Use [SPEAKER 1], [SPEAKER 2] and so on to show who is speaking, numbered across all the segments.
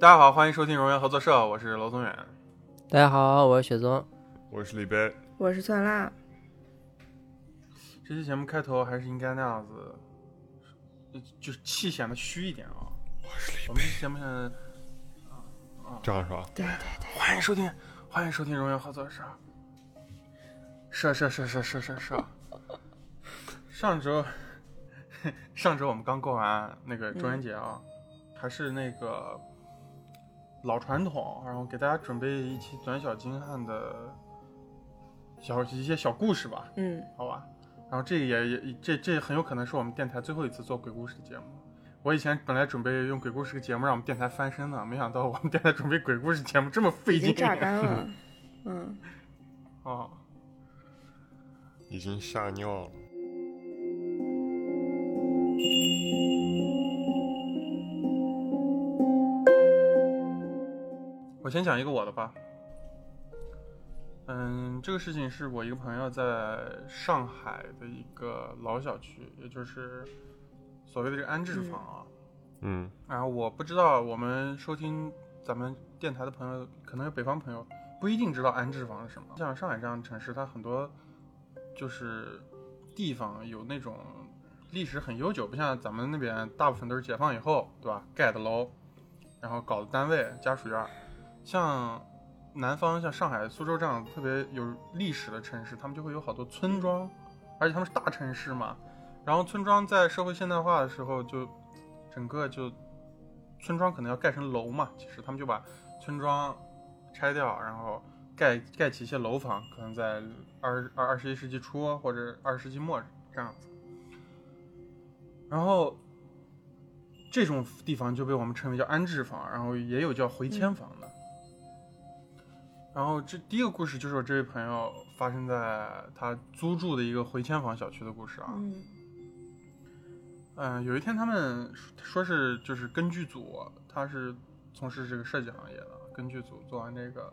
[SPEAKER 1] 大家好，欢迎收听荣源合作社，我是娄宗远。
[SPEAKER 2] 大家好，我是雪宗。
[SPEAKER 3] 我是李贝，
[SPEAKER 4] 我是酸辣，
[SPEAKER 1] 这期节目开头还是应该那样子，呃就是气显得虚一点啊、我们这期节目现在
[SPEAKER 3] 这样是吧？
[SPEAKER 4] 对对对，
[SPEAKER 1] 欢迎收听，欢迎收听荣源合作社。社社社社社社社。上周，上周我们刚过完那个中元节啊，还是那个老传统，然后给大家准备一期短小精悍的小一些小故事吧。
[SPEAKER 4] 嗯，
[SPEAKER 1] 好吧。然后这个也也这这很有可能是我们电台最后一次做鬼故事的节目。我以前本来准备用鬼故事的节目让我们电台翻身呢，没想到我们电台准备鬼故事节目这么费
[SPEAKER 4] 已
[SPEAKER 1] 劲
[SPEAKER 4] 经榨干了。 嗯，
[SPEAKER 1] 啊！
[SPEAKER 3] 已经吓尿了。
[SPEAKER 1] 我先讲一个我的吧。嗯，这个事情是我一个朋友在上海的一个老小区，也就是所谓的这个安置房啊。
[SPEAKER 3] 嗯，
[SPEAKER 1] 然后我不知道我们收听咱们电台的朋友，可能有北方朋友不一定知道安置房是什么。像上海这样的城市，它很多就是地方有那种历史很悠久，不像咱们那边大部分都是解放以后，对吧？盖的楼，然后搞的单位、家属院儿，像南方像上海、苏州这样特别有历史的城市，他们就会有好多村庄，而且他们是大城市嘛。然后村庄在社会现代化的时候就整个就村庄可能要盖成楼嘛，其实他们就把村庄拆掉，然后盖盖起一些楼房，可能在二二二十一世纪初啊或者二十世纪末这样子。然后这种地方就被我们称为叫安置房，然后也有叫回迁房的。然后这第一个故事就是我这位朋友发生在他租住的一个回迁房小区的故事啊。
[SPEAKER 4] 嗯
[SPEAKER 1] 嗯，有一天他们说说是就是根据组，他是从事这个设计行业的，根据组做完这个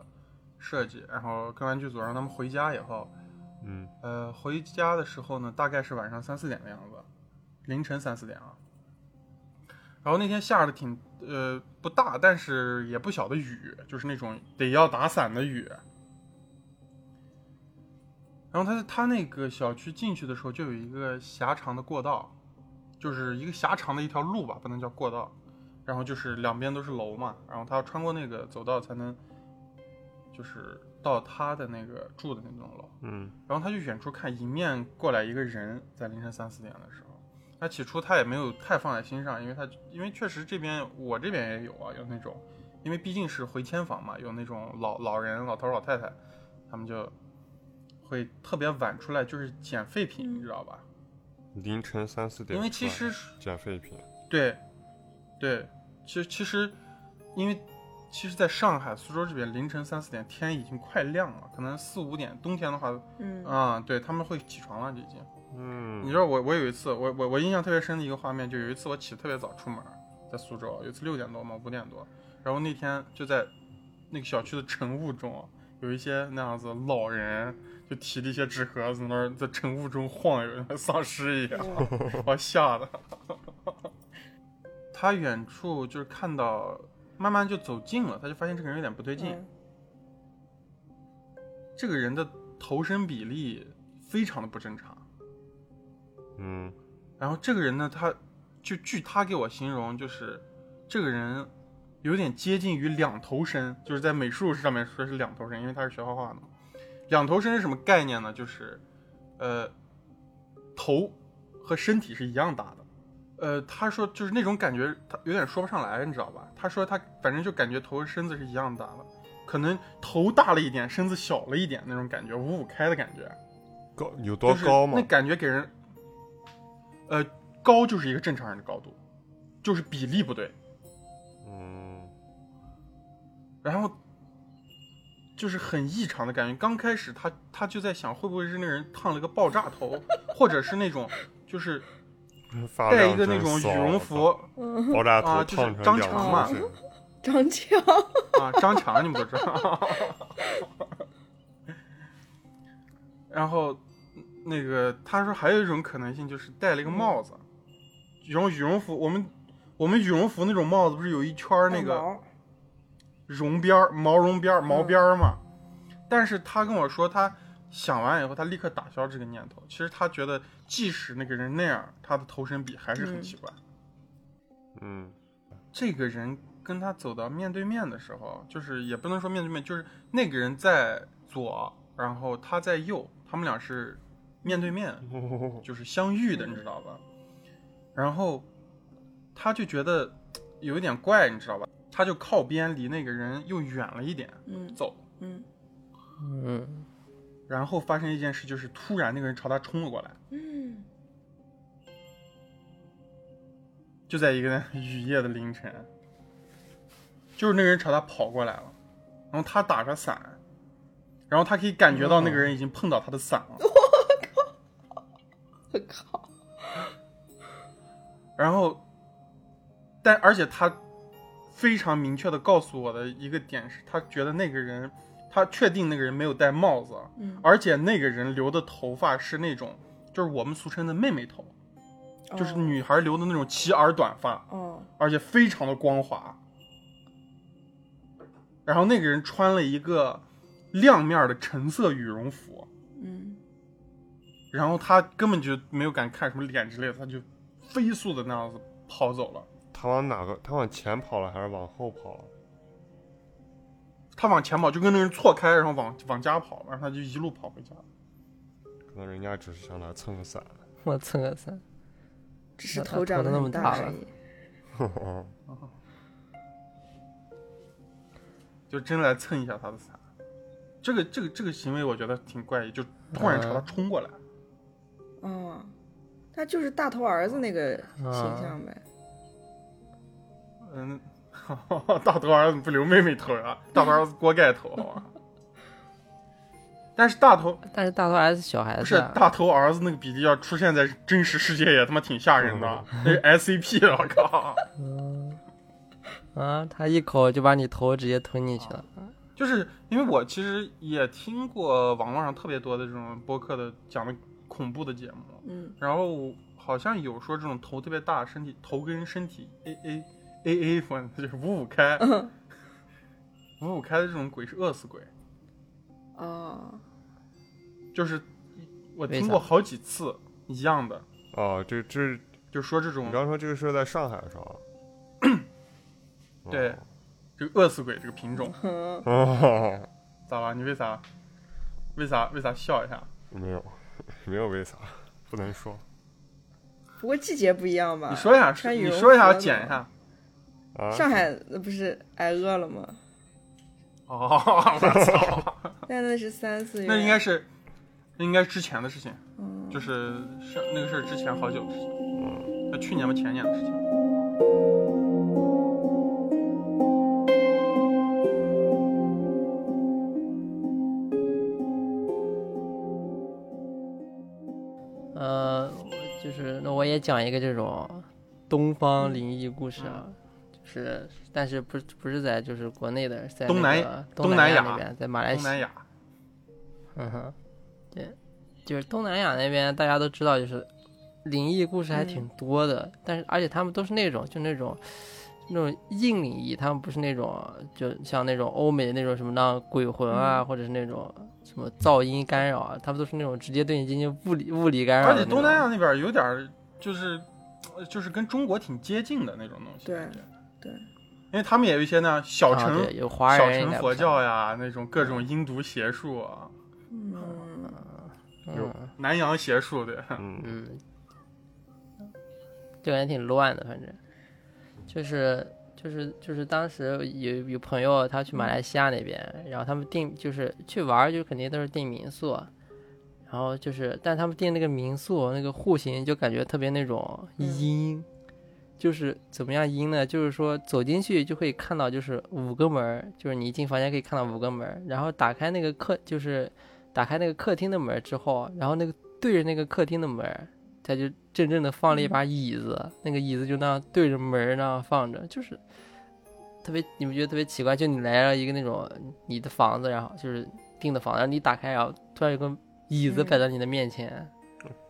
[SPEAKER 1] 设计，然后跟完剧组让他们回家以后，
[SPEAKER 3] 嗯，
[SPEAKER 1] 呃，回家的时候呢，大概是晚上三四点的样子，凌晨三四点啊。然后那天下的挺呃不大，但是也不小的雨，就是那种得要打伞的雨。然后他他那个小区进去的时候，就有一个狭长的过道，就是一个狭长的一条路吧，不能叫过道。然后就是两边都是楼嘛，然后他要穿过那个走道才能，就是到他的那个住的那栋楼。
[SPEAKER 3] 嗯，
[SPEAKER 1] 然后他就远处看，迎面过来一个人，在凌晨三四点的时候，他起初他也没有太放在心上，因为他因为确实这边我这边也有啊，有那种，因为毕竟是回迁房嘛，有那种老老人、老头儿、老太太，他们就会特别晚出来，就是捡废品，你知道吧？
[SPEAKER 3] 凌晨三四嗯点出来，
[SPEAKER 1] 因为其实
[SPEAKER 3] 捡废品，
[SPEAKER 1] 对，对，其实其实，因为其实在上海、苏州这边凌晨三四点天已经快亮了，可能四五点，冬天的话，
[SPEAKER 4] 嗯
[SPEAKER 1] 啊、对他们会起床了，已经。
[SPEAKER 3] 嗯，
[SPEAKER 1] 你知道我我有一次，我我我印象特别深的一个画面，就有一次我起得特别早出门，在苏州，有一次六点多嘛，五点多，然后那天就在那个小区的晨雾中，有一些那样子老人就提着一些纸盒子在那儿在晨雾中晃悠， 像丧尸一样，
[SPEAKER 4] 嗯
[SPEAKER 1] 把我吓的。 他远处就是看到，慢慢就走近了，他就发现这个人有点不对劲，
[SPEAKER 4] 嗯
[SPEAKER 1] 这个人的头身比例非常的不正常。
[SPEAKER 3] 嗯，
[SPEAKER 1] 然后这个人呢，他就据他给我形容，就是这个人有点接近于两头身，就是在美术上面说是两头身，因为他是学画画的嘛。两头身是什么概念呢？就是呃，头和身体是一样大的。呃，他说就是那种感觉，他有点说不上来，你知道吧？他说他反正就感觉头和身子是一样大的，可能头大了一点，身子小了一点那种感觉，五五开的感觉。
[SPEAKER 3] 高有多
[SPEAKER 1] 就是
[SPEAKER 3] 高嘛
[SPEAKER 1] 那？感觉给人，呃，高就是一个正常人的高度，就是比例不对。
[SPEAKER 3] 嗯，
[SPEAKER 1] 然后就是很异常的感觉。刚开始他他就在想，会不会是那人烫了个爆炸头，或者是那种就是
[SPEAKER 3] 发
[SPEAKER 1] 带
[SPEAKER 3] 量
[SPEAKER 1] 一个那
[SPEAKER 3] 真
[SPEAKER 1] 种
[SPEAKER 3] 骚
[SPEAKER 1] 羽绒服
[SPEAKER 4] 嗯，
[SPEAKER 3] 爆炸
[SPEAKER 1] 啊
[SPEAKER 3] 头
[SPEAKER 1] 就是
[SPEAKER 3] 烫成
[SPEAKER 1] 张
[SPEAKER 3] 两
[SPEAKER 1] 强
[SPEAKER 3] 头
[SPEAKER 1] 嘛
[SPEAKER 3] 是
[SPEAKER 4] 张强，
[SPEAKER 1] 啊，张强你们都知道。然后那个他说还有一种可能性就是戴了
[SPEAKER 4] 嗯
[SPEAKER 1] 一个帽子， 然后羽绒服我们我们羽绒服那种帽子不是有一圈儿那个
[SPEAKER 4] 毛嗯
[SPEAKER 1] 绒边儿、毛绒边儿、毛边儿嘛。但是他跟我说，他想完以后，他立刻打消这个念头。其实他觉得，即使那个人那样，他的投身比还是很
[SPEAKER 4] 嗯
[SPEAKER 1] 奇怪。
[SPEAKER 3] 嗯
[SPEAKER 1] 这个人跟他走到面对面的时候，就是也不能说面对面，就是那个人在左，然后他在右，他们俩是面对面，
[SPEAKER 3] 嗯
[SPEAKER 1] 就是相遇的，你知道吧？然后他就觉得有一点怪，你知道吧？他就靠边离那个人又远了一点
[SPEAKER 4] 嗯
[SPEAKER 1] 走，
[SPEAKER 4] 嗯
[SPEAKER 2] 嗯
[SPEAKER 1] 然后发生一件事，就是突然那个人朝他冲了过来，
[SPEAKER 4] 嗯
[SPEAKER 1] 就在一个雨夜的凌晨，就是那个人朝他跑过来了，然后他打着伞，然后他可以感觉到那个人已经碰到他的伞了，
[SPEAKER 4] 我
[SPEAKER 1] 啊
[SPEAKER 4] 靠，
[SPEAKER 1] 然后，但而且他非常明确的告诉我的一个点是，他觉得那个人，他确定那个人没有戴帽子，
[SPEAKER 4] 嗯，
[SPEAKER 1] 而且那个人留的头发是那种，就是我们俗称的妹妹头，就是女孩留的那种齐耳短发，
[SPEAKER 4] 哦，
[SPEAKER 1] 而且非常的光滑。然后那个人穿了一个亮面的橙色羽绒服，
[SPEAKER 4] 嗯
[SPEAKER 1] 然后他根本就没有敢看什么脸之类的，他就飞速的那样子跑走了。
[SPEAKER 3] 他往哪个？他往前跑了还是往后跑了？
[SPEAKER 1] 他往前跑，就跟那人错开，然后往往家跑，然后他就一路跑回家。
[SPEAKER 3] 可能人家只是想来蹭个伞。
[SPEAKER 2] 我蹭个三，
[SPEAKER 4] 只是
[SPEAKER 2] 那他
[SPEAKER 4] 头长
[SPEAKER 2] 头
[SPEAKER 4] 得
[SPEAKER 2] 那
[SPEAKER 4] 很
[SPEAKER 2] 么大
[SPEAKER 4] 而
[SPEAKER 2] 了
[SPEAKER 4] 已。
[SPEAKER 3] 哦
[SPEAKER 1] 就真来蹭一下他的伞。这个这个这个行为我觉得挺怪异，就突然朝他冲过来。
[SPEAKER 4] 哦，他就是大头儿子那个
[SPEAKER 2] 啊
[SPEAKER 1] 啊
[SPEAKER 4] 形象呗。
[SPEAKER 1] 嗯， 大头儿子不留妹妹头啊，大头儿子锅盖头好吧。 但是大头
[SPEAKER 2] 但是大头还是小孩
[SPEAKER 1] 不
[SPEAKER 2] 子
[SPEAKER 1] 是
[SPEAKER 2] 啊，
[SPEAKER 1] 大头儿子那个比例要出现在真实世界也他妈挺吓人的， 那是 SCP 了，我靠！
[SPEAKER 2] 啊，他一口就把你头直接吞进去了，
[SPEAKER 1] 就是因为我其实也听过网络上特别多的这种播客的讲的恐怖的节目，
[SPEAKER 4] 嗯
[SPEAKER 1] 然后好像有说这种头特别大，身体头跟身体 A A A A 分，就是五五开，
[SPEAKER 4] 嗯，
[SPEAKER 1] 五五开的这种鬼是饿死鬼，
[SPEAKER 4] 哦，
[SPEAKER 1] 就是我
[SPEAKER 2] 为
[SPEAKER 1] 听
[SPEAKER 2] 啥
[SPEAKER 1] 过好几次一样的，
[SPEAKER 3] 哦，这这，
[SPEAKER 1] 就说这
[SPEAKER 3] 你
[SPEAKER 1] 种
[SPEAKER 3] 刚说这个是在上海啊是吧？
[SPEAKER 1] 对这个饿死鬼这个品种，
[SPEAKER 4] 嗯
[SPEAKER 3] 哦，
[SPEAKER 1] 咋了？你为啥为啥为啥笑一下？
[SPEAKER 3] 没有， 没有为啥，不能说
[SPEAKER 4] 不过季节不一样吧？
[SPEAKER 1] 你说一下，
[SPEAKER 4] 穿羽
[SPEAKER 1] 你
[SPEAKER 4] 绒
[SPEAKER 1] 说一下，
[SPEAKER 4] 服
[SPEAKER 1] 我
[SPEAKER 4] 呢
[SPEAKER 1] 剪一。下。
[SPEAKER 3] 啊。
[SPEAKER 4] 上海呃不是挨饿了吗？
[SPEAKER 1] 哦，我操！
[SPEAKER 4] 但那是三四月，
[SPEAKER 1] 那应该是，那应该是之前的事情，
[SPEAKER 4] 嗯
[SPEAKER 1] 就是上那个事儿之前好久的事情，那去年吧前年的事情。
[SPEAKER 2] 呃，我就是那我也讲一个这种东方灵异故事
[SPEAKER 1] 嗯
[SPEAKER 2] 啊，就是但是不是不是在就是国内的，在
[SPEAKER 1] 东
[SPEAKER 2] 那
[SPEAKER 1] 南
[SPEAKER 2] 个
[SPEAKER 1] 东
[SPEAKER 2] 南
[SPEAKER 1] 南
[SPEAKER 2] 亚
[SPEAKER 1] 亚
[SPEAKER 2] 那边，在马来
[SPEAKER 1] 东
[SPEAKER 2] 西
[SPEAKER 1] 南
[SPEAKER 2] 亚，
[SPEAKER 1] 亚，
[SPEAKER 2] 嗯哼，对，就是东南亚那边大家都知道，就是灵异故事还挺多的，但是而且他们都是那种就那种。那种硬灵异，他们不是那种，就像那种欧美的那种什么让鬼魂啊，或者是那种什么噪音干扰啊，他们都是那种直接对你进行物理物理干扰的
[SPEAKER 1] 而
[SPEAKER 2] 那
[SPEAKER 1] 且
[SPEAKER 2] 种。
[SPEAKER 1] 东南亚那边儿有点儿就是，呃就是跟中国挺接近的那种东西。
[SPEAKER 4] 对对
[SPEAKER 1] 因为他们也有一些那样小
[SPEAKER 2] 啊
[SPEAKER 1] 乘、
[SPEAKER 2] 对有华
[SPEAKER 1] 小
[SPEAKER 2] 人应
[SPEAKER 1] 乘
[SPEAKER 2] 该不
[SPEAKER 1] 佛
[SPEAKER 2] 算
[SPEAKER 1] 教啊呀，那种各种阴毒邪术啊，
[SPEAKER 4] 嗯
[SPEAKER 3] 有
[SPEAKER 2] 嗯
[SPEAKER 1] 南洋邪术对。
[SPEAKER 3] 嗯
[SPEAKER 2] 嗯，就感觉嗯挺乱的，反正就是就是就是当时有有朋友他去马来西亚那边，然后他们订就是去玩儿，就肯定都是订民宿，然后就是但他们订那个民宿那个户型就感觉特别那种
[SPEAKER 4] 嗯
[SPEAKER 2] 阴。就是怎么样阴呢？就是说走进去就可以看到，就是五个门儿，就是你一进房间可以看到五个门儿，然后打开那个客，就是打开那个客厅的门儿之后，然后那个对着那个客厅的门儿，他就正正的放了一
[SPEAKER 1] 嗯
[SPEAKER 2] 把椅子，那个椅子就那样对着门儿那样放着，就是特别，你不觉得特别奇怪？就你来了一个那种你的房子，然后就是订的房子，然后你打开，然后突然有个椅子
[SPEAKER 4] 嗯
[SPEAKER 2] 摆在你的面前，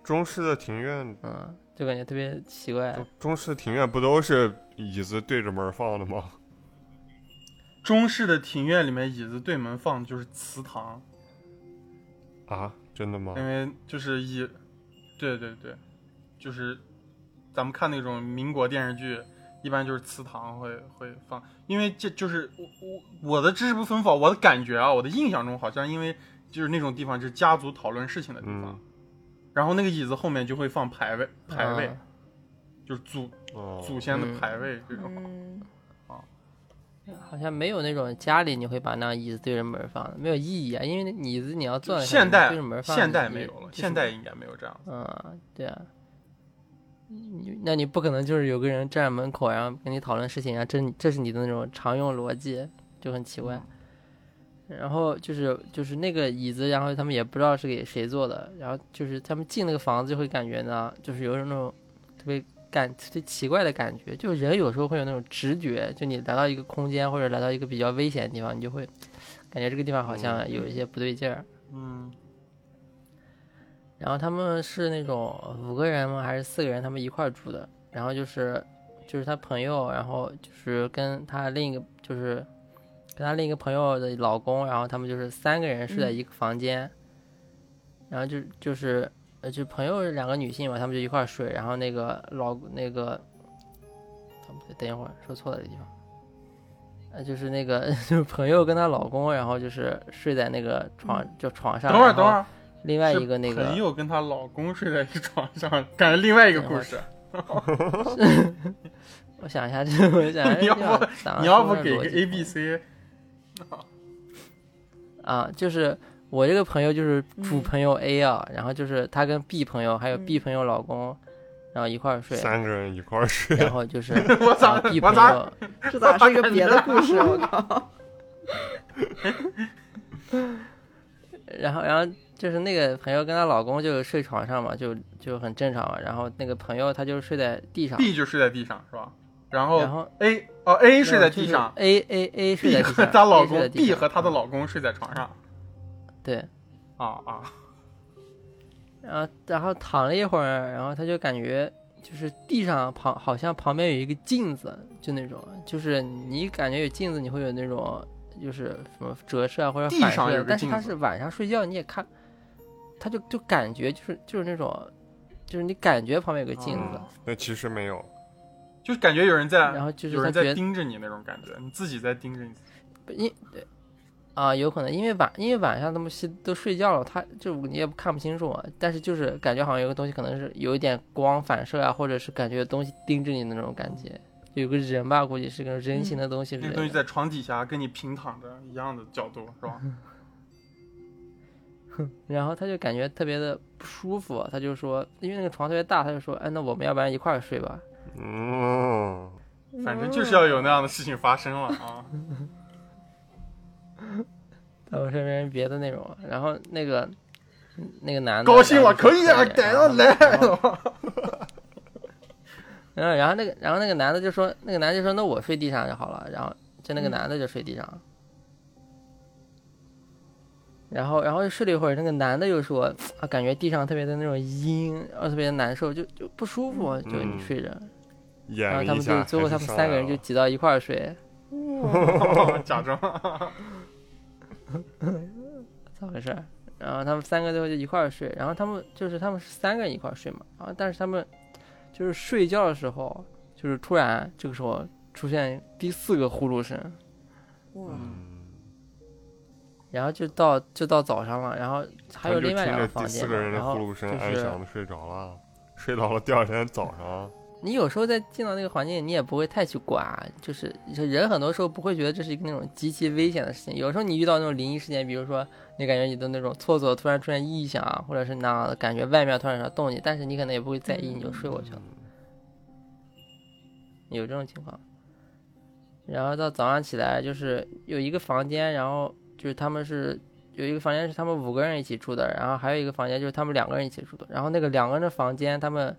[SPEAKER 3] 中式的庭院，
[SPEAKER 2] 嗯就感觉特别奇怪。
[SPEAKER 3] 中中式庭院不都是椅子对着门儿放的吗？
[SPEAKER 1] 中式的庭院里面椅子对门放的就是祠堂，
[SPEAKER 3] 啊，真的吗？
[SPEAKER 1] 因为就是以，对对对，就是咱们看那种民国电视剧，一般就是祠堂会会放，因为这就是我我我的知识不丰富，我的感觉啊，我的印象中好像因为就是那种地方就是家族讨论事情的地方，
[SPEAKER 3] 嗯，
[SPEAKER 1] 然后那个椅子后面就会放牌位牌位，
[SPEAKER 2] 啊
[SPEAKER 1] 就是祖
[SPEAKER 3] 哦，
[SPEAKER 1] 祖先的
[SPEAKER 2] 嗯
[SPEAKER 1] 牌位这种，
[SPEAKER 4] 嗯，
[SPEAKER 2] 好像没有那种家里你会把那椅子对着门放的，没有意义啊，因为那椅子你要坐在上
[SPEAKER 1] 现
[SPEAKER 2] 面
[SPEAKER 1] 代
[SPEAKER 2] 对着门放，
[SPEAKER 1] 现代没有了，
[SPEAKER 2] 就是
[SPEAKER 1] 现代应该没有这样。
[SPEAKER 2] 嗯，对啊，你那你不可能就是有个人站门口，然后跟你讨论事情，啊然后这是你这是你的那种常用逻辑，就很奇怪。然后就是就是那个椅子，然后他们也不知道是给谁做的，然后就是他们进那个房子就会感觉呢，就是有一种那种特别感特别奇怪的感觉，就人有时候会有那种直觉，就你来到一个空间或者来到一个比较危险的地方，你就会感觉这个地方好像有一些不对劲儿。
[SPEAKER 1] 嗯，
[SPEAKER 2] 然后他们是那种五个人吗？还是四个人？他们一块儿住的。然后就是就是他朋友，然后就是跟他另一个就是跟他另一个朋友的老公，然后他们就是三个人睡在一个房间。然后就就是呃，就朋友是两个女性嘛，他们就一块儿睡。然后那个老那个，啊不对，等一会儿说错了地方。呃，就是那个 就是朋友跟她老公，然后就是睡在那个床就床上。
[SPEAKER 1] 等会儿
[SPEAKER 2] 然后
[SPEAKER 1] 等会儿，
[SPEAKER 2] 另外一个那
[SPEAKER 1] 是
[SPEAKER 2] 个
[SPEAKER 1] 朋友跟她老公睡在一床上，感觉另外一个故事。
[SPEAKER 2] 我想一下，这个我想一下，
[SPEAKER 1] 你要
[SPEAKER 2] 这样
[SPEAKER 1] 不
[SPEAKER 2] 咋
[SPEAKER 1] 你要
[SPEAKER 2] 说
[SPEAKER 1] 不
[SPEAKER 2] 呢
[SPEAKER 1] 给
[SPEAKER 2] 逻
[SPEAKER 1] 个
[SPEAKER 2] 辑
[SPEAKER 1] A B C，
[SPEAKER 2] 啊，就是我这个朋友就是主
[SPEAKER 4] 嗯
[SPEAKER 2] 朋友 A 啊，然后就是他跟 B 朋友还有
[SPEAKER 4] 嗯
[SPEAKER 2] B 朋友老公，然后一块儿睡，
[SPEAKER 3] 三个人一块儿 睡，
[SPEAKER 2] 然后就是
[SPEAKER 1] 我咋
[SPEAKER 2] 啊 B
[SPEAKER 1] 我
[SPEAKER 2] 朋
[SPEAKER 1] 咋
[SPEAKER 2] 友
[SPEAKER 4] 这咋 是一个别的故事？我靠！
[SPEAKER 2] 然后，然后就是那个朋友跟她老公就睡床上嘛，就就很正常嘛。然后那个朋友他就睡在地上，
[SPEAKER 1] B 就睡在地上是吧？然
[SPEAKER 2] 然
[SPEAKER 1] 后
[SPEAKER 2] 后
[SPEAKER 1] A 哦 A 睡在地上
[SPEAKER 2] ，A A A 睡
[SPEAKER 1] ，B
[SPEAKER 2] 在地
[SPEAKER 1] 和
[SPEAKER 2] 上，
[SPEAKER 1] 她老
[SPEAKER 2] A 睡在
[SPEAKER 1] 公
[SPEAKER 2] 地
[SPEAKER 1] ，B
[SPEAKER 2] 上嗯
[SPEAKER 1] 和她的老公睡在床上。
[SPEAKER 2] 对，
[SPEAKER 1] 啊啊，
[SPEAKER 2] 然后然后躺了一会儿，然后他就感觉就是地上旁好像旁边有一个镜子，就那种，就是你感觉有镜子，你会有那种就是什么折射啊或者
[SPEAKER 1] 地
[SPEAKER 2] 反
[SPEAKER 1] 上有
[SPEAKER 2] 射
[SPEAKER 1] 个，
[SPEAKER 2] 但是他
[SPEAKER 1] 镜子
[SPEAKER 2] 是晚上睡觉你也看，他就就感觉就是就是那种，就是你感觉旁边有个镜子，
[SPEAKER 1] 哦
[SPEAKER 3] 那其实没有，
[SPEAKER 1] 就感觉有人
[SPEAKER 2] 然
[SPEAKER 1] 在
[SPEAKER 2] 后就是
[SPEAKER 1] 有
[SPEAKER 2] 他
[SPEAKER 1] 人
[SPEAKER 2] 觉
[SPEAKER 1] 在
[SPEAKER 2] 得
[SPEAKER 1] 盯着你那种感觉，你自己在盯着你自己。
[SPEAKER 2] 不因对啊、有可能因为晚因为晚上他们是都睡觉了，他就你也看不清楚嘛，但是就是感觉好像有个东西可能是有一点光反射啊，或者是感觉有东西盯着你那种感觉，就有个人吧，估计是个人形的东西
[SPEAKER 1] 嗯
[SPEAKER 2] 之
[SPEAKER 1] 那
[SPEAKER 2] 类
[SPEAKER 1] 个东西
[SPEAKER 2] 的。
[SPEAKER 1] 在床底下跟你平躺着一样的角度 是吧？
[SPEAKER 2] 然后他就感觉特别的不舒服，他就说，因为那个床特别大，他就说，哎，那我们要不然一块儿睡吧。
[SPEAKER 3] 嗯，
[SPEAKER 1] 反正就是要有那样的事情发生了 啊。
[SPEAKER 2] 他们身边别的那种，然后那个嗯那个男的
[SPEAKER 1] 高兴了，
[SPEAKER 2] 然后
[SPEAKER 1] 可
[SPEAKER 2] 就
[SPEAKER 1] 以啊，
[SPEAKER 2] 说
[SPEAKER 1] 逮
[SPEAKER 2] 然
[SPEAKER 1] 到
[SPEAKER 2] 后
[SPEAKER 1] 来
[SPEAKER 2] 然后
[SPEAKER 1] 了。
[SPEAKER 2] 然嗯后，然后那个，然后那个男的就说，那个男的就说，那我睡地上就好了。然后就那个
[SPEAKER 4] 嗯
[SPEAKER 2] 男的就睡地上，然后，然后又睡了一会儿，那个男的又说，啊，感觉地上特别的那种阴，然后特别的难受，就就不舒服，就你
[SPEAKER 3] 嗯
[SPEAKER 2] 睡着。然
[SPEAKER 3] 演
[SPEAKER 2] 后他
[SPEAKER 3] 了一
[SPEAKER 2] 们
[SPEAKER 3] 下，
[SPEAKER 2] 就最后
[SPEAKER 3] 还
[SPEAKER 2] 他
[SPEAKER 3] 是
[SPEAKER 2] 们
[SPEAKER 3] 上
[SPEAKER 2] 三个
[SPEAKER 3] 来
[SPEAKER 2] 人就
[SPEAKER 3] 了
[SPEAKER 2] 挤到一块儿睡，
[SPEAKER 1] 假装
[SPEAKER 2] 咋回事儿？然后他们三个最后就一块儿睡，然后他们就是他们是三个人一块儿睡嘛，然后但是他们就是睡觉的时候，就是突然这个时候出现第四个呼噜声。
[SPEAKER 4] 哇
[SPEAKER 3] 嗯
[SPEAKER 2] 然后就到就到早上了，然后还有
[SPEAKER 3] 他们就
[SPEAKER 2] 另外
[SPEAKER 3] 听
[SPEAKER 2] 两
[SPEAKER 3] 着
[SPEAKER 2] 个
[SPEAKER 3] 第
[SPEAKER 2] 房
[SPEAKER 3] 四
[SPEAKER 2] 间
[SPEAKER 3] 个
[SPEAKER 2] 嘛，
[SPEAKER 3] 人的
[SPEAKER 2] 然
[SPEAKER 3] 呼
[SPEAKER 2] 后
[SPEAKER 3] 噜声，
[SPEAKER 2] 就
[SPEAKER 3] 安
[SPEAKER 2] 是
[SPEAKER 3] 详的睡着了，睡到了第二天早上。
[SPEAKER 2] 你有时候在进到那个环境，你也不会太去管，就是就人很多时候不会觉得这是一个那种极其危险的事情。有时候你遇到那种灵异事件，比如说你感觉你的那种厕所突然出现异响啊，或者是那样的感觉外面突然有啥动静，但是你可能也不会在意，你就睡过去了。
[SPEAKER 3] 嗯
[SPEAKER 2] 有这种情况。然后到早上起来，就是有一个房间，然后就是他们是有一个房间是他们五个人一起住的，然后还有一个房间就是他们两个人一起住的。然后那个两个人的房间，他们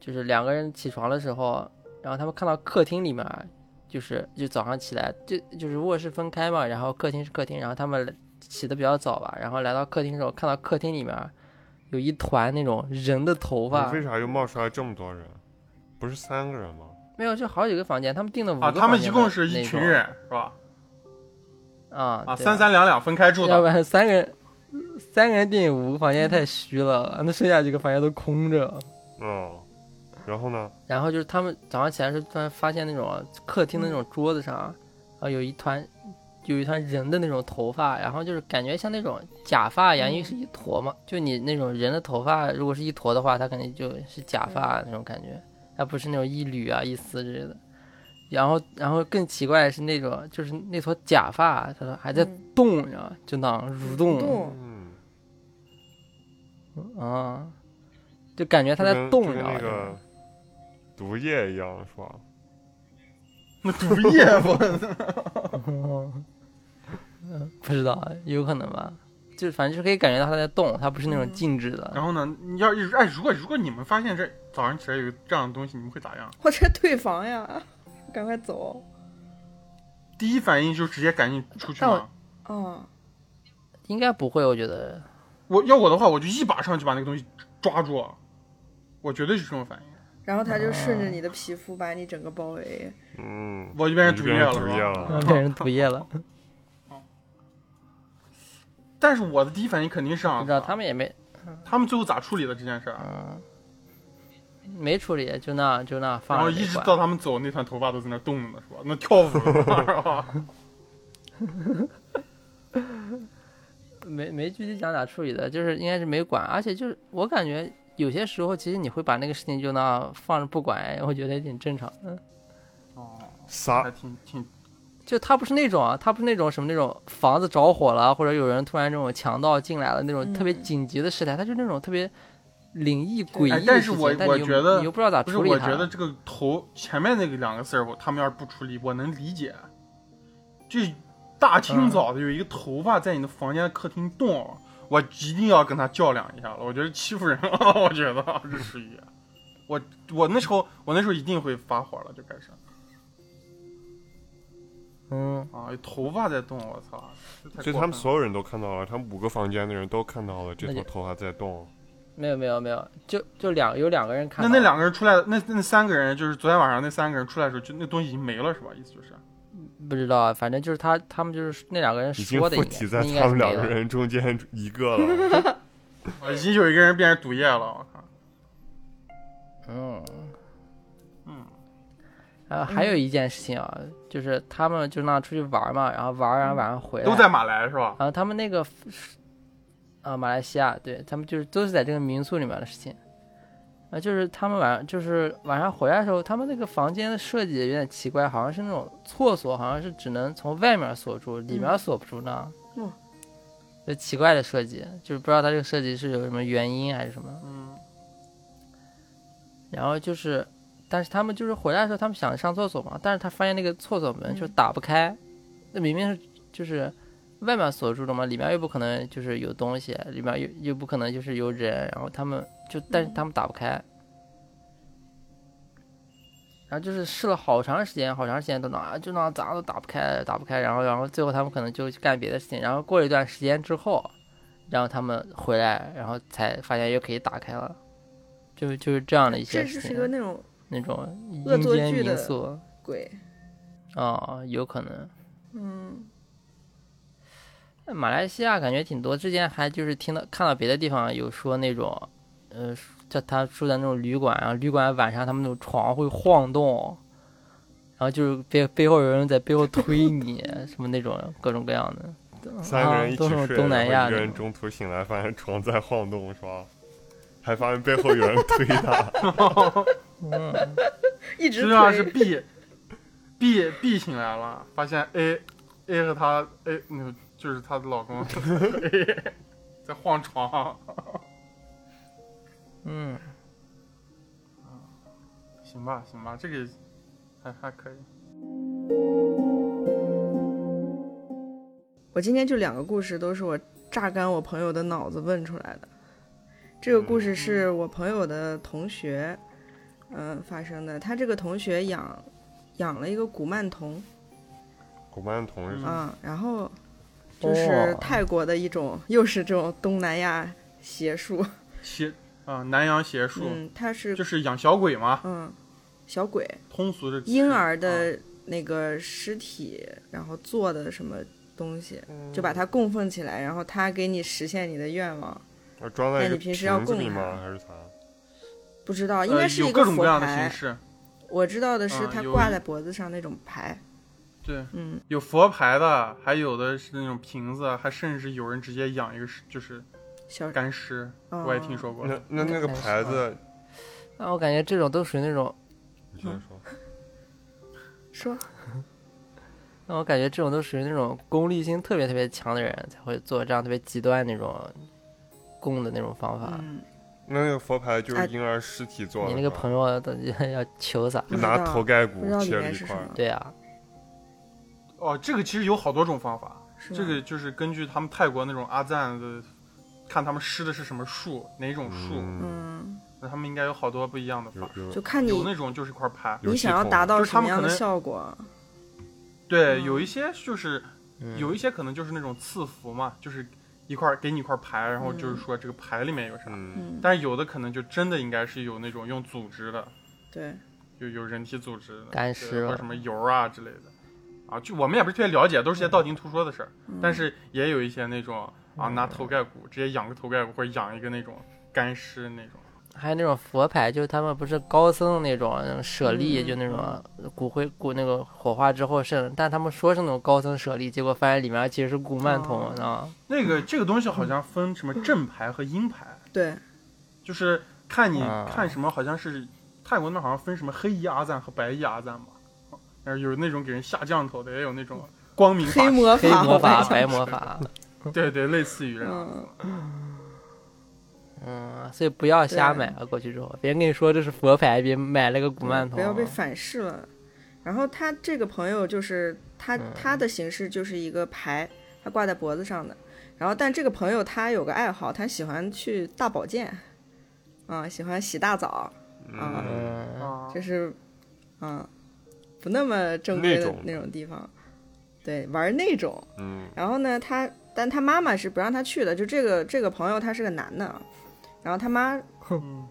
[SPEAKER 2] 就是两个人起床的时候，然后他们看到客厅里面，啊就是就早上起来，就就是卧室分开嘛，然后客厅是客厅，然后他们起的比较早吧，然后来到客厅的时候，看到客厅里面啊有一团那种人的头
[SPEAKER 3] 不是
[SPEAKER 2] 发，
[SPEAKER 3] 为啥又冒出来这么多人？不是三个人吗？
[SPEAKER 2] 没有，就好几个房间，他们订了五个
[SPEAKER 1] 啊，
[SPEAKER 2] 房间的
[SPEAKER 1] 他
[SPEAKER 2] 那种、
[SPEAKER 1] 们一共是一群人是吧？
[SPEAKER 2] 啊
[SPEAKER 1] 啊，
[SPEAKER 2] 对
[SPEAKER 1] 三三两两分开住
[SPEAKER 2] 要不
[SPEAKER 1] 的，
[SPEAKER 2] 然三个人三个人订五个房间太虚 了，那剩下几个房间都空着。
[SPEAKER 3] 嗯，然后呢？
[SPEAKER 2] 然后就是他们早上起来的时候，突然发现那种客厅的那种桌子上啊，啊有一团有一团人的那种头发，然后就是感觉像那种假发一样，
[SPEAKER 4] 嗯
[SPEAKER 2] 因为是一坨嘛，就你那种人的头发如果是一坨的话，它肯定就是假发那种感觉，它不是那种一缕啊一丝之类的。然后，然后更奇怪的是那种，就是那坨假发，他说还在
[SPEAKER 4] 嗯
[SPEAKER 2] 动，你知道吗？就那样蠕动，
[SPEAKER 4] 动，
[SPEAKER 3] 嗯，
[SPEAKER 2] 啊，就感觉它
[SPEAKER 3] 就
[SPEAKER 2] 在
[SPEAKER 3] 跟
[SPEAKER 2] 动，
[SPEAKER 3] 就
[SPEAKER 2] 你知道
[SPEAKER 3] 跟
[SPEAKER 2] 吗
[SPEAKER 3] 那？个毒液一样，是吧？
[SPEAKER 1] 那毒液我
[SPEAKER 2] 嗯，不知道，有可能吧。就是反正就是可以感觉到它在动，它不是那种
[SPEAKER 4] 嗯
[SPEAKER 2] 静止的。
[SPEAKER 1] 然后呢，你要是哎，如果如果你们发现这早上起来有这样的东西，你们会咋样？
[SPEAKER 4] 我这退房呀， 赶快走。
[SPEAKER 1] 第一反应就直接赶紧出去
[SPEAKER 2] 但我
[SPEAKER 1] 嘛。
[SPEAKER 4] 啊，
[SPEAKER 2] 应该不会，我觉得。
[SPEAKER 1] 我要我的话，我就一把上去把那个东西抓住，我绝对是这种反应，
[SPEAKER 4] 然后他就顺着你的皮肤把你整个包围。
[SPEAKER 3] 嗯，
[SPEAKER 1] 我就变成
[SPEAKER 3] 你就
[SPEAKER 1] 毒液
[SPEAKER 3] 变
[SPEAKER 1] 了，
[SPEAKER 3] 成
[SPEAKER 1] 是
[SPEAKER 3] 毒
[SPEAKER 1] 吧
[SPEAKER 3] 液了。
[SPEAKER 2] 嗯变 成毒液了，
[SPEAKER 1] 但是我的第一反应肯定是
[SPEAKER 2] 不
[SPEAKER 1] 啊
[SPEAKER 2] 知，道他们也没
[SPEAKER 1] 他们最后咋处理的这件事儿？啊
[SPEAKER 2] 嗯，没处理，就那就那放
[SPEAKER 1] 然
[SPEAKER 2] 着
[SPEAKER 1] 后
[SPEAKER 2] 没
[SPEAKER 1] 一直
[SPEAKER 2] 管
[SPEAKER 1] 到他们走，那团头发都在那动着呢，是吧？那跳舞呢 是吧？
[SPEAKER 2] 没没具体讲咋处理的，就是应该是没管，而且就是我感觉有些时候其实你会把那个事情就那放着不管，哎我觉得也挺正常的。
[SPEAKER 1] 哦，
[SPEAKER 3] 啥
[SPEAKER 1] 还？挺挺
[SPEAKER 2] 就他不是那种啊，他不是那种什么那种房子着火了，啊或者有人突然这种强盗进来了那种
[SPEAKER 4] 嗯
[SPEAKER 2] 特别紧急的事态，他就那种特别灵异诡异的
[SPEAKER 1] 哎
[SPEAKER 2] 事情。
[SPEAKER 1] 但是我
[SPEAKER 2] 但
[SPEAKER 1] 我
[SPEAKER 2] 你又
[SPEAKER 1] 觉得
[SPEAKER 2] 你又不知道咋
[SPEAKER 1] 不是，
[SPEAKER 2] 处理它。
[SPEAKER 1] 我觉得这个头前面那个两个字儿，我他们要是不处理，我能理解。这大
[SPEAKER 2] 嗯
[SPEAKER 1] 清早的有一个头发在你的房间客厅动，我一定要跟他较量一下了。我觉得欺负人了， 我觉得啊这属于我我那时候我那时候一定会发火了，就开始
[SPEAKER 2] 嗯，
[SPEAKER 1] 啊，有头发在动，我操！这太
[SPEAKER 3] 就
[SPEAKER 1] 过
[SPEAKER 3] 他们
[SPEAKER 1] 分了
[SPEAKER 3] 所有人都看到了，他们五个房间的人都看到了这
[SPEAKER 2] 那
[SPEAKER 3] 坨
[SPEAKER 2] 就
[SPEAKER 3] 头发在动。
[SPEAKER 2] 没有没有没有，就就两有两个人看
[SPEAKER 1] 那
[SPEAKER 2] 到。
[SPEAKER 1] 那两个人出来，那那三个人就是昨天晚上那三个人出来的时候，就那东西已经没了，是吧？意思就是
[SPEAKER 2] 不知道啊，反正就是他他们就是那两个人
[SPEAKER 3] 已经
[SPEAKER 2] 说的应
[SPEAKER 3] 附
[SPEAKER 2] 该，
[SPEAKER 3] 体在
[SPEAKER 2] 那应该
[SPEAKER 3] 他
[SPEAKER 2] 是
[SPEAKER 3] 们
[SPEAKER 2] 没
[SPEAKER 3] 两个
[SPEAKER 2] 了
[SPEAKER 3] 人中间 一个了。
[SPEAKER 1] 啊已经有一个人变成毒液了，我靠！
[SPEAKER 2] 嗯
[SPEAKER 1] 嗯，
[SPEAKER 2] 啊，还有一件事情啊，就是他们就那出去玩嘛，然后玩然后晚上回来
[SPEAKER 1] 都在马来是吧？
[SPEAKER 2] 然后呃他们那个啊，马来西亚，对他们就是都是在这个民宿里面的事情。啊，就是他们晚上就是晚上回来的时候，他们那个房间的设计有点奇怪，好像是那种厕所，好像是只能从外面锁住，里面锁不住呢。
[SPEAKER 4] 嗯，
[SPEAKER 2] 就奇怪的设计，就是不知道他这个设计是有什么原因还是什么。
[SPEAKER 1] 嗯，
[SPEAKER 2] 然后就是，但是他们就是回来的时候，他们想上厕所嘛，但是他发现那个厕所门
[SPEAKER 4] 嗯
[SPEAKER 2] 就打不开，那、明明是就是外面锁住了嘛，里面又不可能就是有东西，里面又又不可能就是有人，然后他们就但是
[SPEAKER 4] 嗯
[SPEAKER 2] 他们打不开，然后就是试了好长时间，好长时间都拿就拿咋都打不开，打不开，然后然后最后他们可能就去干别的事情，然后过了一段时间之后，然后他们回来，然后才发现又可以打开了。就就是这样的一些
[SPEAKER 4] 这
[SPEAKER 2] 事
[SPEAKER 4] 就是
[SPEAKER 2] 情
[SPEAKER 4] 一，个那种
[SPEAKER 2] 那种
[SPEAKER 4] 恶
[SPEAKER 2] 阴
[SPEAKER 4] 作
[SPEAKER 2] 间
[SPEAKER 4] 剧
[SPEAKER 2] 民
[SPEAKER 4] 的
[SPEAKER 2] 宿
[SPEAKER 4] 鬼，
[SPEAKER 2] 啊、有可能。
[SPEAKER 4] 嗯，
[SPEAKER 2] 马来西亚感觉挺多，之前还就是听到看到别的地方有说那种，呃，叫他住在那种旅馆，然啊后旅馆晚上他们那种床会晃动，然后就是背背后有人在背后推你， 什么那种各种各样的。
[SPEAKER 3] 三个人一起
[SPEAKER 2] 啊、都是那种
[SPEAKER 3] 睡，
[SPEAKER 2] 东南
[SPEAKER 3] 然后
[SPEAKER 2] 亚
[SPEAKER 3] 一个
[SPEAKER 2] 那
[SPEAKER 3] 人
[SPEAKER 2] 种
[SPEAKER 3] 中途醒来发现床在晃动，是吧？还发现背后有人推他，
[SPEAKER 2] 嗯，
[SPEAKER 4] 一直
[SPEAKER 1] 实际上是
[SPEAKER 4] 推，
[SPEAKER 1] B B B 醒来了，发现 A A 和她 A 那个就是她的老公 A 在晃床。
[SPEAKER 2] 嗯，
[SPEAKER 1] 行吧，行吧，这个还还可以。
[SPEAKER 4] 我今天就两个故事，都是我榨干我朋友的脑子问出来的。这个故事是我朋友的同学，嗯、发生的。他这个同学养养了一个古曼童
[SPEAKER 3] 古曼童是
[SPEAKER 1] 嗯
[SPEAKER 3] 啥？
[SPEAKER 4] 啊，然后就是
[SPEAKER 2] 哦
[SPEAKER 4] 泰国的一种，又是这种东南亚邪术。
[SPEAKER 1] 邪啊、南洋邪术、
[SPEAKER 4] 嗯，它是
[SPEAKER 1] 就是养小鬼嘛，
[SPEAKER 4] 嗯小鬼
[SPEAKER 1] 通俗的
[SPEAKER 4] 婴儿
[SPEAKER 1] 啊
[SPEAKER 4] 的那个尸体，然后做的什么东西，就把它供奉起来，然后它给你实现你的愿望。
[SPEAKER 3] 啊装在
[SPEAKER 4] 那
[SPEAKER 3] 一个
[SPEAKER 4] 你平时要
[SPEAKER 3] 瓶子
[SPEAKER 4] 供
[SPEAKER 3] 里
[SPEAKER 4] 它
[SPEAKER 3] 吗？还是啥？
[SPEAKER 4] 不知道，应
[SPEAKER 1] 呃
[SPEAKER 4] 该是
[SPEAKER 1] 有
[SPEAKER 4] 一
[SPEAKER 1] 各种
[SPEAKER 4] 佛
[SPEAKER 1] 各样的形
[SPEAKER 4] 牌。
[SPEAKER 1] 式，
[SPEAKER 4] 我知道的是
[SPEAKER 1] 啊
[SPEAKER 4] 它
[SPEAKER 1] 有
[SPEAKER 4] 挂
[SPEAKER 1] 一
[SPEAKER 4] 在脖子上那种牌。
[SPEAKER 1] 对，
[SPEAKER 4] 嗯，
[SPEAKER 1] 有佛牌的，还有的是那种瓶子，还甚至有人直接养一个就是
[SPEAKER 4] 小
[SPEAKER 1] 干尸，
[SPEAKER 4] 哦
[SPEAKER 1] 我也听说过。
[SPEAKER 3] 那那那个
[SPEAKER 2] 那是
[SPEAKER 3] 牌子，
[SPEAKER 2] 啊，我感觉这种都属于那种，
[SPEAKER 3] 你先说。
[SPEAKER 4] 嗯说
[SPEAKER 2] 那我感觉这种都属于那种功利性特别特别强的人才会做这样特别极端那种供的那种方
[SPEAKER 3] 啊
[SPEAKER 2] 法。
[SPEAKER 4] 嗯，
[SPEAKER 3] 那个佛牌就是
[SPEAKER 4] 哎
[SPEAKER 3] 婴儿尸体做的，
[SPEAKER 2] 你那个朋友到底 要求啥？
[SPEAKER 3] 就
[SPEAKER 4] 不知
[SPEAKER 3] 拿
[SPEAKER 4] 道
[SPEAKER 3] 头盖
[SPEAKER 4] 不
[SPEAKER 3] 骨
[SPEAKER 4] 知道里
[SPEAKER 3] 切了
[SPEAKER 4] 面
[SPEAKER 3] 一
[SPEAKER 4] 是
[SPEAKER 3] 块
[SPEAKER 4] 什
[SPEAKER 3] 儿
[SPEAKER 4] 么，，
[SPEAKER 2] 对啊，
[SPEAKER 1] 哦，这个其实有好多种方法，
[SPEAKER 4] 是吧
[SPEAKER 1] 这个就是根据他们泰国那种阿赞的，看他们施的是什么树，哪种树，
[SPEAKER 3] 嗯，
[SPEAKER 4] 嗯，
[SPEAKER 1] 那他们应该有好多不一样的法
[SPEAKER 3] 有。嗯有
[SPEAKER 4] 就看
[SPEAKER 1] 有
[SPEAKER 4] 你
[SPEAKER 1] 那种就是一块牌，
[SPEAKER 3] 有
[SPEAKER 4] 你
[SPEAKER 3] 系
[SPEAKER 4] 想要
[SPEAKER 3] 统
[SPEAKER 4] 达到
[SPEAKER 1] 就是
[SPEAKER 4] 什
[SPEAKER 1] 他
[SPEAKER 4] 么
[SPEAKER 1] 们
[SPEAKER 4] 样
[SPEAKER 1] 可
[SPEAKER 4] 的
[SPEAKER 1] 能
[SPEAKER 4] 效果。
[SPEAKER 1] 对，
[SPEAKER 4] 嗯
[SPEAKER 1] 有一些就是
[SPEAKER 2] 嗯、
[SPEAKER 1] 有一些可能就是那种赐福嘛，就是一块给你一块牌，然后
[SPEAKER 4] 嗯
[SPEAKER 1] 就是说这个牌里面有啥，
[SPEAKER 3] 嗯，
[SPEAKER 4] 嗯，
[SPEAKER 1] 但是有的可能就真的应该是有那种用组织的，
[SPEAKER 4] 对，
[SPEAKER 1] 有有人体组织的
[SPEAKER 2] 干
[SPEAKER 1] 对
[SPEAKER 2] 尸
[SPEAKER 1] 或
[SPEAKER 2] 吧
[SPEAKER 1] 者什么油啊之类的，啊，就我们也不是特别了解，都是些道听途说的事儿，
[SPEAKER 4] 嗯
[SPEAKER 1] 但是也有一些那种啊拿头盖骨直接养个头盖骨，或者养一个那种干尸那种，
[SPEAKER 2] 还有那种佛牌，就是他们不是高僧那种那种舍利，
[SPEAKER 4] 嗯
[SPEAKER 2] 就那种骨灰骨那个火化之后剩，但他们说是那种高僧舍利，结果发现里面其实是古曼童，啊
[SPEAKER 4] 哦
[SPEAKER 2] 你知道吗？
[SPEAKER 1] 那个这个东西好像分什么正牌和阴牌，
[SPEAKER 4] 对，
[SPEAKER 1] 就是看你
[SPEAKER 2] 啊
[SPEAKER 1] 看什么，好像是泰国那好像分什么黑衣阿赞和白衣阿赞吧，然后有那种给人下降头的，也有那种光明法
[SPEAKER 4] 嗯黑
[SPEAKER 1] 师
[SPEAKER 4] 魔
[SPEAKER 2] 黑
[SPEAKER 4] 法，
[SPEAKER 2] 魔法、
[SPEAKER 1] 像
[SPEAKER 2] 白
[SPEAKER 1] 是
[SPEAKER 2] 魔法，
[SPEAKER 1] 对对，类似于这样。
[SPEAKER 4] 嗯，
[SPEAKER 2] 嗯，所以不要瞎买啊！过去之后，别人跟你说这是佛牌，别买了个古曼童，啊
[SPEAKER 4] 不要
[SPEAKER 1] 啊
[SPEAKER 4] 被反噬了。然后他这个朋友就是他，
[SPEAKER 1] 嗯
[SPEAKER 4] 他的形式就是一个牌，他挂在脖子上的。然后，但这个朋友他有个爱好，他喜欢去大保健，啊，喜欢洗大澡，
[SPEAKER 3] 嗯，
[SPEAKER 2] 嗯，
[SPEAKER 1] 啊
[SPEAKER 4] 就，是，嗯，不那么正规
[SPEAKER 3] 那
[SPEAKER 4] 的
[SPEAKER 3] 种
[SPEAKER 4] 那种地方，对，玩那种。
[SPEAKER 3] 嗯，
[SPEAKER 4] 然后呢，他但他妈妈是不让他去的，就这个这个朋友他是个男的，啊，然后他妈
[SPEAKER 1] 嗯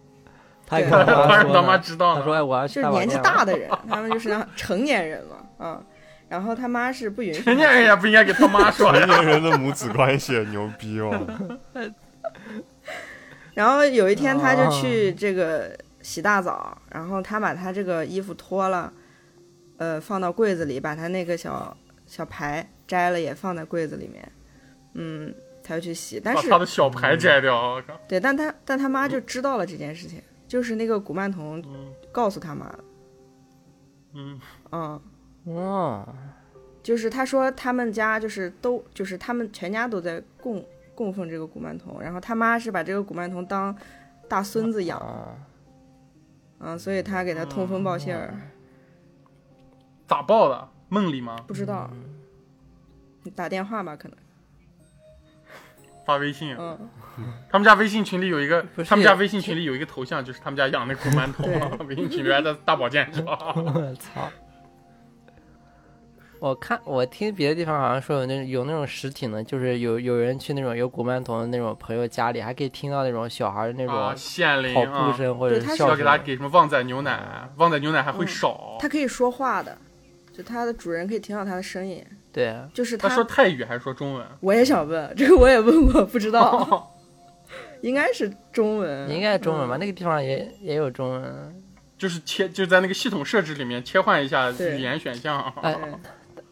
[SPEAKER 2] 他跟
[SPEAKER 4] 对
[SPEAKER 2] 我妈
[SPEAKER 1] 当然
[SPEAKER 2] 说
[SPEAKER 1] 他妈
[SPEAKER 2] 呢，
[SPEAKER 1] 知道
[SPEAKER 2] 他
[SPEAKER 1] 了，
[SPEAKER 2] 说哎我要去
[SPEAKER 4] 就是
[SPEAKER 2] 大保
[SPEAKER 4] 年纪
[SPEAKER 2] 健了
[SPEAKER 4] 大 的人，他们就是让成年人嘛，啊，然后他妈是不允许他
[SPEAKER 1] 成年人也不应该给他妈说
[SPEAKER 3] 成
[SPEAKER 1] 呀。
[SPEAKER 3] 年人的母子关系牛逼哦，
[SPEAKER 4] 然后有一天他就去这个
[SPEAKER 1] 哦
[SPEAKER 4] 洗大澡，然后他把他这个衣服脱了，呃，放到柜子里，把他那个小小牌摘了也放在柜子里面，嗯，他就去洗，但
[SPEAKER 1] 把
[SPEAKER 4] 是嗯
[SPEAKER 1] 他的小牌摘掉，我靠！
[SPEAKER 4] 对，但他但他妈就知道了这件事情，就是那个古曼童
[SPEAKER 1] 嗯
[SPEAKER 4] 告诉他妈的，
[SPEAKER 1] 嗯，
[SPEAKER 4] 嗯。
[SPEAKER 2] 哦，
[SPEAKER 4] 就是他说他们家就是都就是他们全家都在供供奉这个古曼童，然后他妈是把这个古曼童当大孙子养，
[SPEAKER 2] 啊，
[SPEAKER 4] 嗯，所以他给他通风报信儿，
[SPEAKER 1] 咋报的？梦里吗？
[SPEAKER 4] 不知道，你打电话吧，可能，
[SPEAKER 1] 发微信？
[SPEAKER 4] 嗯，
[SPEAKER 1] 他们家微信群里有一个
[SPEAKER 2] 不，是
[SPEAKER 1] 他们家微信群里有一个头像，就是他们家养的古馒头。
[SPEAKER 4] 对
[SPEAKER 1] 微信群里还在大保健是吧？
[SPEAKER 2] 我操！我看我听别的地方好像说有那有那种实体呢，就是有有人去那种有古曼童的那种朋友家里，还可以听到那种小孩儿那种
[SPEAKER 1] 啊，县令
[SPEAKER 2] 跑
[SPEAKER 1] 啊
[SPEAKER 2] 步，声或者
[SPEAKER 4] 对他
[SPEAKER 2] 是嗯
[SPEAKER 4] 是
[SPEAKER 1] 要
[SPEAKER 2] 笑
[SPEAKER 1] 给他
[SPEAKER 2] 声。
[SPEAKER 1] 给什么旺仔牛奶，旺仔牛奶还会少。
[SPEAKER 2] 嗯
[SPEAKER 4] 他可以说话的，就他的主人可以听到他的声音，
[SPEAKER 2] 对，
[SPEAKER 4] 就是
[SPEAKER 1] 他说泰语还是说中文？
[SPEAKER 4] 我也想问，这个我也问过，不知
[SPEAKER 1] 哦
[SPEAKER 4] 道，
[SPEAKER 2] 哦
[SPEAKER 4] 应该是中文，
[SPEAKER 2] 应该是中文
[SPEAKER 4] 嗯
[SPEAKER 2] 吧？那个地方也也有中文。
[SPEAKER 1] 就是切就在那个系统设置里面切换一下
[SPEAKER 4] 对
[SPEAKER 1] 语言选项。
[SPEAKER 2] 哎，
[SPEAKER 4] 嗯对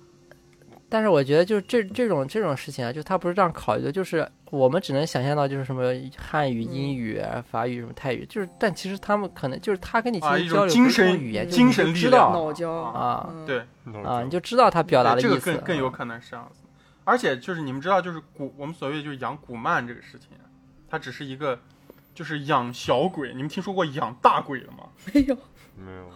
[SPEAKER 2] 但是我觉得就是这这种这种事情啊，就它不是这样考虑的，就是我们只能想象到就是什么汉
[SPEAKER 4] 嗯
[SPEAKER 2] 语、英语、啊法语、什么泰语，就是但其实他们可能就是他跟你其
[SPEAKER 1] 啊
[SPEAKER 2] 实
[SPEAKER 1] 一种
[SPEAKER 2] 交流
[SPEAKER 1] 精
[SPEAKER 2] 不是
[SPEAKER 1] 神
[SPEAKER 2] 同语言，就
[SPEAKER 1] 精
[SPEAKER 2] 你就
[SPEAKER 1] 神力
[SPEAKER 2] 知
[SPEAKER 1] 量
[SPEAKER 2] 道
[SPEAKER 4] 脑胶
[SPEAKER 2] 啊
[SPEAKER 4] 嗯
[SPEAKER 1] 对
[SPEAKER 2] 啊，
[SPEAKER 3] 那
[SPEAKER 2] 你
[SPEAKER 3] 就
[SPEAKER 2] 就知道他表达
[SPEAKER 1] 对
[SPEAKER 2] 的
[SPEAKER 1] 这
[SPEAKER 2] 意
[SPEAKER 1] 个
[SPEAKER 2] 思嗯
[SPEAKER 1] 更。更有可能是这样子。而且就是你们知道，就是古我们所谓就是养古曼这个事情，它只是一个就是养小鬼。你们听说过养大鬼了吗？
[SPEAKER 4] 没有，
[SPEAKER 3] 没有，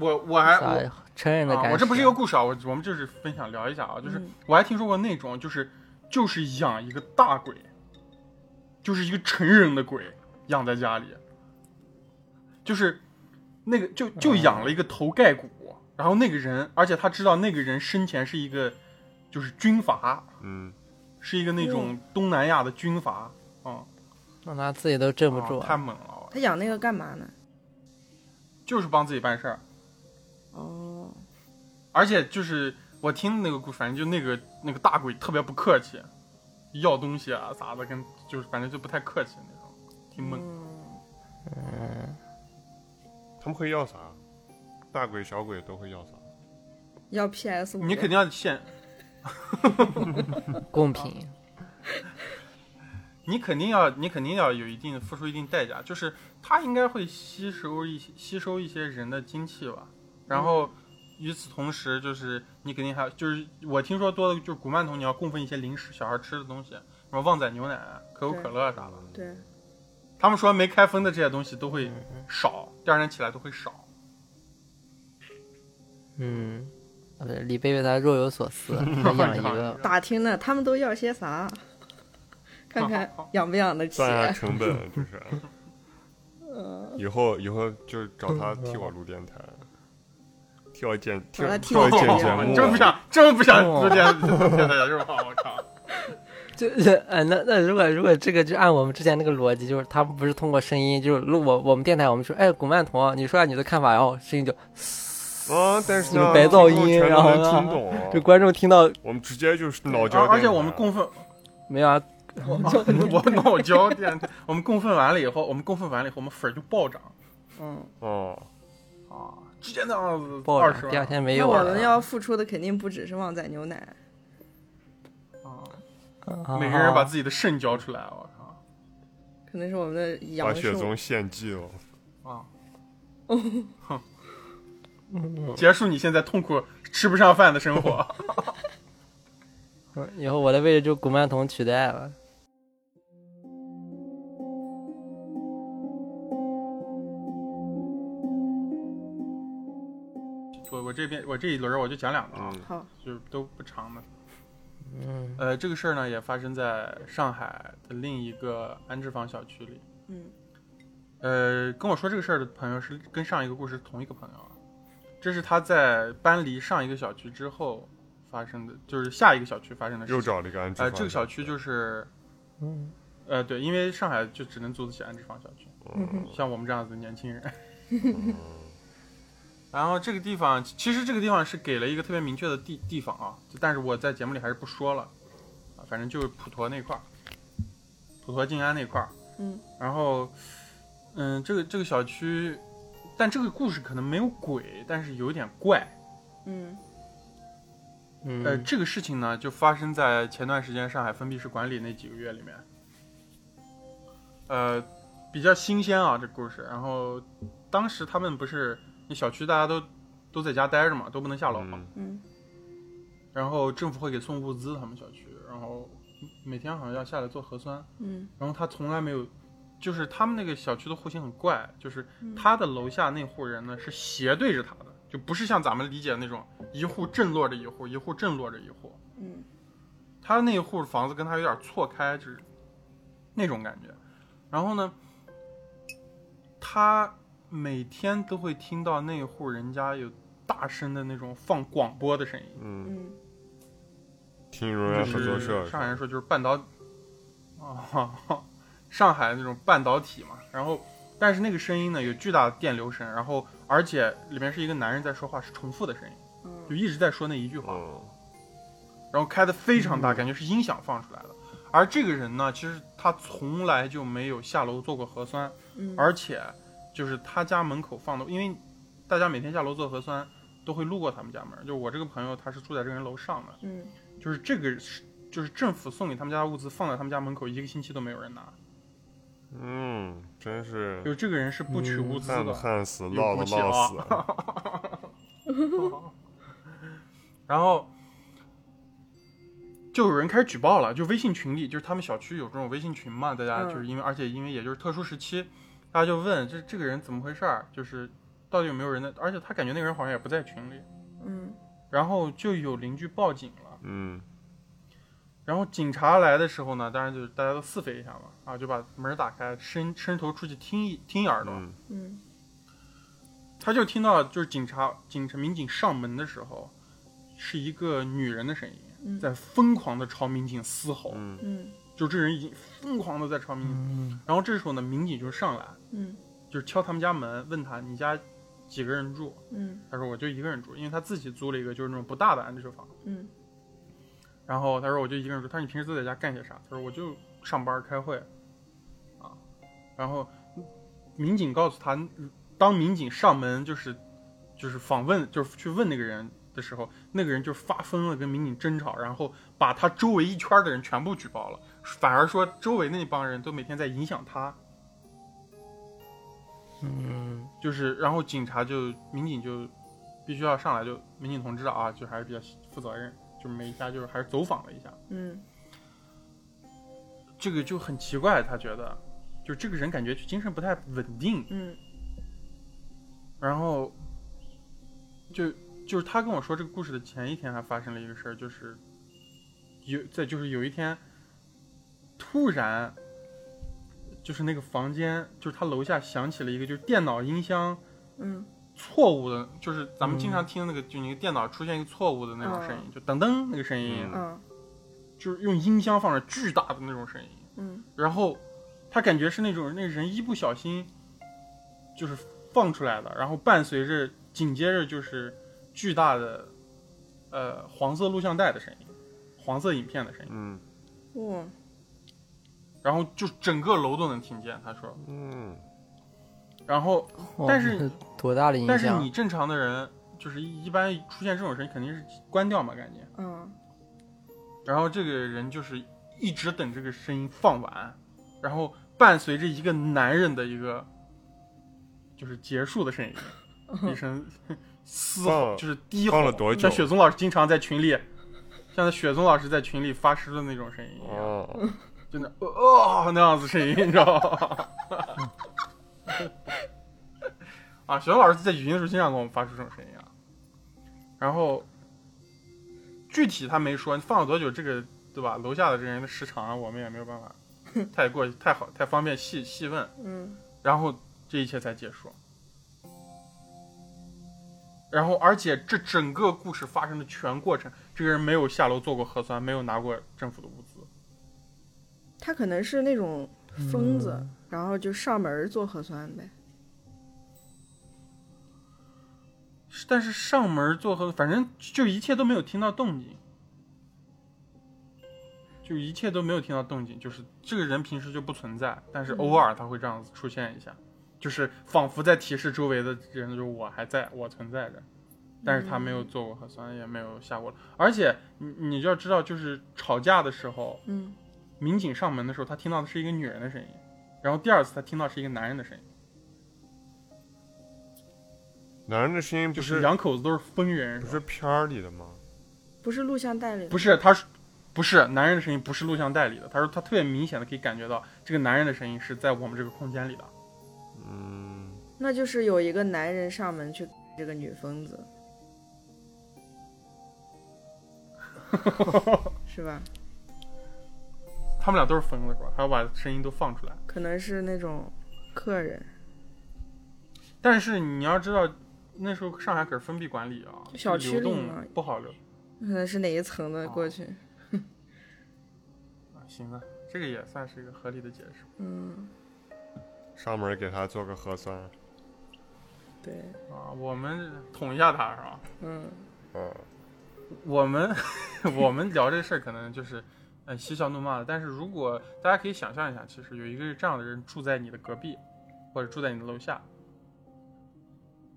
[SPEAKER 1] 我我还哎我
[SPEAKER 2] 啊，成人的感
[SPEAKER 1] 啊，
[SPEAKER 2] 觉。
[SPEAKER 1] 我这不是一个故事啊，我我们就是分享聊一下啊，就是
[SPEAKER 4] 嗯
[SPEAKER 1] 我还听说过那种就是就是养一个大鬼，就是一个成人的鬼养在家里，就是那个就就养了一个头盖骨，然后那个人，而且他知道那个人生前是一个就是军阀，
[SPEAKER 3] 嗯，
[SPEAKER 1] 是一个那种东南亚的军阀，嗯，
[SPEAKER 2] 那他自己都镇不
[SPEAKER 1] 啊
[SPEAKER 2] 住
[SPEAKER 1] 太
[SPEAKER 2] 啊。
[SPEAKER 1] 猛了啊，
[SPEAKER 4] 他养那个干嘛呢？
[SPEAKER 1] 就是帮自己办事儿。
[SPEAKER 4] 哦，
[SPEAKER 1] 而且就是我听那个故事，反正就那个那个大鬼特别不客气，要东西啊啥的，跟就是反正就不太客气那种，挺猛。
[SPEAKER 4] 嗯，
[SPEAKER 3] 他们会要啥？大鬼小鬼都会要啥？
[SPEAKER 4] 要 PS 五，
[SPEAKER 1] 你肯定要现，
[SPEAKER 2] 贡
[SPEAKER 1] 啊
[SPEAKER 2] 品，
[SPEAKER 1] 你肯定要，你肯定要有一定付出一定代价，就是他应该会吸收一些吸收一些人的精气吧。
[SPEAKER 4] 嗯
[SPEAKER 1] 然后与此同时，就是你肯定还就是我听说多的就是古曼童，你要供奉一些零食，小孩吃的东西，什么旺仔牛奶啊、可口可乐啊啥的。
[SPEAKER 4] 对，嗯
[SPEAKER 1] 他们说没开封的这些东西都会少，第二天起来都会少。
[SPEAKER 2] 嗯，啊不是李贝贝他若有所 思，他养一个
[SPEAKER 4] 打听呢，他们都要些啥？看看养不养得起啊
[SPEAKER 2] 啊
[SPEAKER 3] 算。 一下成本，就是
[SPEAKER 4] 嗯，
[SPEAKER 3] 以后以后就找他替我录电台，替我剪替
[SPEAKER 4] 找他
[SPEAKER 3] 我
[SPEAKER 4] 替
[SPEAKER 3] 我
[SPEAKER 4] 我啊
[SPEAKER 3] 剪
[SPEAKER 4] 剪
[SPEAKER 3] 节
[SPEAKER 4] 节
[SPEAKER 3] 目，
[SPEAKER 4] 目
[SPEAKER 1] 哦真不想，真不想
[SPEAKER 2] 哦
[SPEAKER 1] 做这样做这样是吧？我 靠！
[SPEAKER 2] 就呃，那那如果如果这个就按我们之前那个逻辑，就是他们不是通过声音，就是录我我们电台，我们说，哎，古曼童，你说下你的看法，然后声音就，
[SPEAKER 1] 哦
[SPEAKER 3] 啊，但是
[SPEAKER 2] 就
[SPEAKER 3] 呢，
[SPEAKER 2] 是白噪音
[SPEAKER 3] 听众全都
[SPEAKER 2] 然后
[SPEAKER 3] 能
[SPEAKER 2] 呢
[SPEAKER 3] 听懂啊，
[SPEAKER 2] 这观众听到
[SPEAKER 3] 我们直接就是脑
[SPEAKER 1] 而
[SPEAKER 3] 胶。
[SPEAKER 1] 而且我们供 奉，
[SPEAKER 2] 没有啊？
[SPEAKER 1] 我 我脑胶电，我们供奉完了以后，我们供奉完了以后，我们粉儿就暴涨
[SPEAKER 4] 嗯，
[SPEAKER 3] 哦，
[SPEAKER 1] 啊，直接那样子
[SPEAKER 2] 爆
[SPEAKER 1] 二
[SPEAKER 2] 了
[SPEAKER 1] 十，万。
[SPEAKER 2] 第二天没
[SPEAKER 4] 那
[SPEAKER 2] 有啊
[SPEAKER 4] 我
[SPEAKER 2] 了
[SPEAKER 4] 们。要付出的肯定不只是旺仔牛奶。
[SPEAKER 1] 啊，
[SPEAKER 2] 啊
[SPEAKER 1] 每个人把自己的肾交出来，我靠
[SPEAKER 4] 可能是我们的
[SPEAKER 3] 把
[SPEAKER 4] 杨
[SPEAKER 3] 雪
[SPEAKER 4] 树
[SPEAKER 3] 宗献祭了，
[SPEAKER 1] 啊！
[SPEAKER 2] 嗯
[SPEAKER 1] 结束你现在痛苦吃不上饭的生活。
[SPEAKER 2] 嗯以后我的位置就古曼童取代了。
[SPEAKER 1] 我我这边我这一轮儿我就讲两个啊，
[SPEAKER 3] 嗯，
[SPEAKER 4] 好，
[SPEAKER 1] 就是都不长的。
[SPEAKER 2] 嗯
[SPEAKER 1] 呃，这个事儿呢也发生在上海的另一个安置房小区里。
[SPEAKER 4] 嗯
[SPEAKER 1] 呃，跟我说这个事儿的朋友是跟上一个故事是同一个朋友啊，这是他在搬离上一个小区之后发生的，就是下一个小区发生的
[SPEAKER 3] 又
[SPEAKER 1] 事情。
[SPEAKER 3] 找了一个安置
[SPEAKER 1] 呃，
[SPEAKER 3] 房。
[SPEAKER 1] 这个小区就是，
[SPEAKER 2] 嗯，
[SPEAKER 1] 呃，对，因为上海就只能租得起安置房小区，
[SPEAKER 3] 嗯
[SPEAKER 1] 像我们这样子的年轻人。
[SPEAKER 3] 嗯
[SPEAKER 1] 然后这个地方，其实这个地方是给了一个特别明确的地地方啊，就但是我在节目里还是不说了，啊，反正就是普陀那块儿，普陀静安那块儿。
[SPEAKER 4] 嗯
[SPEAKER 1] 然后，嗯，这个这个小区，但这个故事可能没有鬼，但是有点怪。
[SPEAKER 4] 嗯
[SPEAKER 2] 嗯
[SPEAKER 1] 呃，这个事情呢，就发生在前段时间上海封闭式管理那几个月里面。呃，比较新鲜啊，这故事。然后，当时他们不是那小区大家都都在家待着嘛，都不能下楼嘛。
[SPEAKER 3] 嗯
[SPEAKER 4] 嗯
[SPEAKER 1] 然后政府会给送物资，他们小区，然后每天好像要下来做核酸。
[SPEAKER 4] 嗯
[SPEAKER 1] 然后他从来没有，就是他们那个小区的户型很怪，就是
[SPEAKER 4] 嗯
[SPEAKER 1] 他的楼下那户人呢是斜对着他的，就不是像咱们理解的那种一户正落着一户，一户正落着一户，
[SPEAKER 4] 嗯
[SPEAKER 1] 他的那一户房子跟他有点错开，就是那种感觉。然后呢，他每天都会听到那户人家有大声的那种放广播的声音，
[SPEAKER 3] 嗯，
[SPEAKER 4] 嗯
[SPEAKER 3] 听荣源合作
[SPEAKER 1] 就是
[SPEAKER 3] 社
[SPEAKER 1] 上海人说就是半导， 啊、上海那种半导体嘛。然后，但是那个声音呢有巨大的电流声，然后而且里面是一个男人在说话，是重复的声音，就一直在说那一句话，
[SPEAKER 3] 嗯
[SPEAKER 1] 然后开的非常大，感觉是音响放出来的。而这个人呢，其实他从来就没有下楼做过核酸，
[SPEAKER 4] 嗯，
[SPEAKER 1] 而且就是他家门口放的，因为大家每天下楼做核酸都会路过他们家门儿。就我这个朋友，他是住在这个人楼上的，
[SPEAKER 4] 嗯
[SPEAKER 1] 就是这个是就是政府送给他们家的物资放在他们家门口一个星期都没有人拿，
[SPEAKER 3] 嗯，真是
[SPEAKER 1] 就是这个人是不取物资
[SPEAKER 3] 旱
[SPEAKER 1] 的。
[SPEAKER 3] 的旱死，
[SPEAKER 1] 有
[SPEAKER 3] 涝
[SPEAKER 1] 骨
[SPEAKER 3] 的
[SPEAKER 1] 气
[SPEAKER 3] 涝 死。
[SPEAKER 1] 然后就有人开始举报了，就微信群里，就是他们小区有这种微信群嘛，大家
[SPEAKER 4] 嗯
[SPEAKER 1] 就是因为、而且因为也就是特殊时期，大家就问这这个人怎么回事儿，就是到底有没有人的，而且他感觉那个人好像也不在群里，
[SPEAKER 4] 嗯
[SPEAKER 1] 然后就有邻居报警了。
[SPEAKER 3] 嗯
[SPEAKER 1] 然后警察来的时候呢，当然就是大家都四飞一下嘛，啊，就把门打开，伸伸头出去听一听一耳朵，
[SPEAKER 3] 嗯
[SPEAKER 4] 嗯
[SPEAKER 1] 他就听到就是警察警察民警上门的时候，是一个女人的声音，
[SPEAKER 4] 嗯
[SPEAKER 1] 在疯狂的朝民警嘶吼，
[SPEAKER 3] 嗯
[SPEAKER 4] 嗯
[SPEAKER 1] 就这人已经疯狂的在朝民警，然后这时候呢，民警就上来，
[SPEAKER 4] 嗯
[SPEAKER 1] 就是敲他们家门，问他你家几个人住，
[SPEAKER 4] 嗯
[SPEAKER 1] 他说我就一个人住，因为他自己租了一个就是那种不大的安置房。
[SPEAKER 4] 嗯
[SPEAKER 1] 然后他说我就一个人住，他说你平时都在家干些啥？他说我就上班开会，啊，然后民警告诉他，当民警上门就是就是访问，就是去问那个人的时候，那个人就发疯了，跟民警争吵，然后把他周围一圈的人全部举报了，反而说周围那帮人都每天在影响他，
[SPEAKER 2] 嗯，
[SPEAKER 1] 就是，然后警察就民警就必须要上来就民警同志啊，就还是比较负责任，就每一家就是还是走访了一下，
[SPEAKER 4] 嗯
[SPEAKER 1] 这个就很奇怪，他觉得就这个人感觉就精神不太稳定，
[SPEAKER 4] 嗯
[SPEAKER 1] 然后就就是他跟我说这个故事的前一天还发生了一个事儿，就是有在就是有一天突然就是那个房间就是他楼下响起了一个就是电脑音箱。
[SPEAKER 4] 嗯
[SPEAKER 1] 错误的，就是咱们经常听那个，就你电脑出现一个错误的那种声音，就噔噔那个声音，
[SPEAKER 3] 嗯
[SPEAKER 4] 啊
[SPEAKER 1] 就是用音箱放着巨大的那种声音。
[SPEAKER 4] 嗯
[SPEAKER 1] 然后他感觉是那种那人一不小心就是放出来的，然后伴随着紧接着就是巨大的呃黄色录像带的声音，黄色影片的声音，
[SPEAKER 3] 嗯
[SPEAKER 4] 哇
[SPEAKER 1] 然后就整个楼都能听见。他说，
[SPEAKER 3] 嗯
[SPEAKER 1] 然后
[SPEAKER 2] 哇
[SPEAKER 1] 但是
[SPEAKER 2] 这多大的影响？
[SPEAKER 1] 但是你正常的人就是一一般出现这种声音肯定是关掉嘛，赶紧。
[SPEAKER 4] 啊
[SPEAKER 1] 然后这个人就是一直等这个声音放完，然后伴随着一个男人的一个就是结束的声音，一声嘶
[SPEAKER 3] 放
[SPEAKER 1] 吼，就是低
[SPEAKER 3] 放了
[SPEAKER 1] 吼。
[SPEAKER 3] 多久
[SPEAKER 1] 像？雪松老师经常在群里，像那雪松老师在群里发诗的那种声音一样，
[SPEAKER 3] 哦，
[SPEAKER 1] 就那呃哦那样子声音，你知道吗？ 啊，雪松老师在语音的时候经常给我们发出这种声音啊。然后具体他没说放了多久，这个对吧？楼下的这个人的时长啊我们也没有办法太过太好太方便细细问，
[SPEAKER 4] 嗯
[SPEAKER 1] 然后这一切才结束。然后，而且这整个故事发生的全过程，这个人没有下楼做过核酸，没有拿过政府的物资，
[SPEAKER 4] 他可能是那种
[SPEAKER 1] 嗯
[SPEAKER 4] 疯子，然后就上门儿做核酸呗。
[SPEAKER 1] 是但是上门做核，反正就一切都没有听到动静，就一切都没有听到动静，就是这个人平时就不存在，但是
[SPEAKER 4] 嗯
[SPEAKER 1] 偶尔他会这样子出现一下，就是仿佛在提示周围的人，就是我还在，我存在着，但是他没有做过核酸，也没有下过楼，而且你你就要知道，就是吵架的时候，
[SPEAKER 4] 嗯
[SPEAKER 1] 民警上门的时候，他听到的是一个女人的声音，然后第二次他听到是一个男人的声音，
[SPEAKER 3] 男人的声音
[SPEAKER 1] 就
[SPEAKER 3] 不
[SPEAKER 1] 是
[SPEAKER 3] 是
[SPEAKER 1] 两口子都是疯人，
[SPEAKER 3] 不
[SPEAKER 1] 是吧
[SPEAKER 3] 是片儿里的吗？
[SPEAKER 4] 不是录像带里的，
[SPEAKER 1] 不是，他是不是男人的声音不是录像带里的，他说他特别明显的可以感觉到这个男人的声音是在我们这个空间里的，
[SPEAKER 3] 嗯，
[SPEAKER 4] 那就是有一个男人上门去这个女疯子，是吧？
[SPEAKER 1] 他们俩都是疯了是吧？还要把声音都放出来。
[SPEAKER 4] 可能是那种客人，
[SPEAKER 1] 但是你要知道，那时候上海可是封闭管理啊，
[SPEAKER 4] 小区
[SPEAKER 1] 流
[SPEAKER 4] 里
[SPEAKER 1] 动
[SPEAKER 4] 嘛
[SPEAKER 1] 不好流。
[SPEAKER 4] 可能是哪一层的过去。
[SPEAKER 1] 哦啊行了，这个也算是一个合理的解释。
[SPEAKER 4] 嗯，
[SPEAKER 3] 上门给他做个核酸。
[SPEAKER 4] 对，
[SPEAKER 1] 啊，我们捅一下他是吧？
[SPEAKER 4] 嗯
[SPEAKER 3] 嗯
[SPEAKER 1] 我们 我们聊这事儿可能就是，呃，嬉笑怒骂的。但是如果大家可以想象一下，其实有一个这样的人住在你的隔壁，或者住在你的楼下，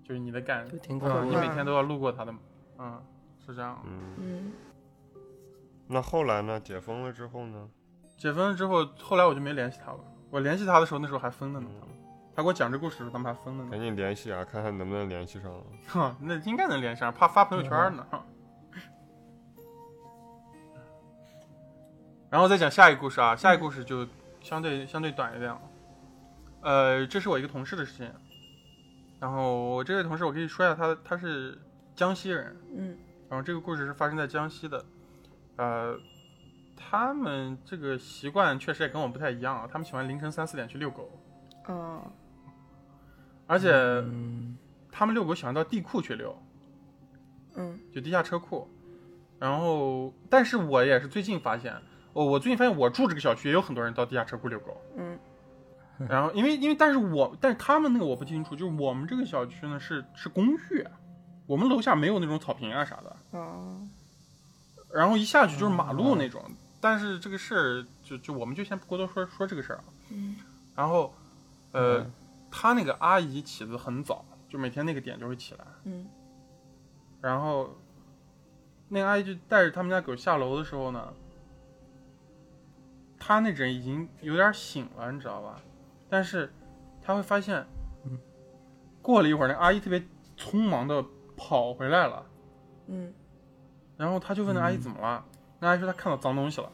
[SPEAKER 1] 就是你的感，
[SPEAKER 2] 就挺可
[SPEAKER 1] 嗯，你
[SPEAKER 2] 怕
[SPEAKER 1] 每
[SPEAKER 2] 的。
[SPEAKER 1] 天都要路过他的，嗯，是这样。
[SPEAKER 3] 嗯，
[SPEAKER 4] 嗯
[SPEAKER 3] 那后来呢？解封了之后呢？
[SPEAKER 1] 解封了之后，后来我就没联系他了。我联系他的时候，那时候还分了呢。
[SPEAKER 3] 嗯，
[SPEAKER 1] 他给我讲这故事的时候，他们还分了呢
[SPEAKER 3] 赶。紧联系啊，看看能不能联系上。
[SPEAKER 1] 哼，那应该能联系上，怕发朋友圈呢。 然后再讲下一个故事啊，下一个故事就相对相对短一点了。呃，这是我一个同事的事情。然后我这位同事，我可以说一下他，他是江西人。
[SPEAKER 4] 嗯
[SPEAKER 1] 然后这个故事是发生在江西的，呃，他们这个习惯确实也跟我们不太一样啊，他们喜欢凌晨三四点去遛狗，
[SPEAKER 4] 哦，
[SPEAKER 1] 而且
[SPEAKER 2] 嗯，
[SPEAKER 1] 他们遛狗喜欢到地库去遛，
[SPEAKER 4] 嗯
[SPEAKER 1] 就地下车库。然后，但是我也是最近发现，哦，我最近发现我住这个小区也有很多人到地下车库遛狗，
[SPEAKER 4] 嗯
[SPEAKER 1] 然后因为因为但是我但是他们那个我不清楚，就是我们这个小区呢是是公寓，我们楼下没有那种草坪啊啥的，
[SPEAKER 4] 哦，
[SPEAKER 1] 然后一下去就是马路那种。但是这个事儿就就我们就先不过多说说这个事儿啊。
[SPEAKER 4] 嗯
[SPEAKER 1] 然后，呃，
[SPEAKER 2] 嗯
[SPEAKER 1] 他那个阿姨起得很早，就每天那个点就会起来。
[SPEAKER 4] 嗯
[SPEAKER 1] 然后，那个阿姨就带着他们家狗下楼的时候呢，她那阵已经有点醒了，你知道吧？但是，她会发现，
[SPEAKER 2] 嗯
[SPEAKER 1] 过了一会儿，那阿姨特别匆忙的跑回来了。
[SPEAKER 4] 嗯
[SPEAKER 1] 然后她就问那阿姨
[SPEAKER 2] 嗯
[SPEAKER 1] 怎么了，那阿姨说她看到脏东西了。
[SPEAKER 4] 啊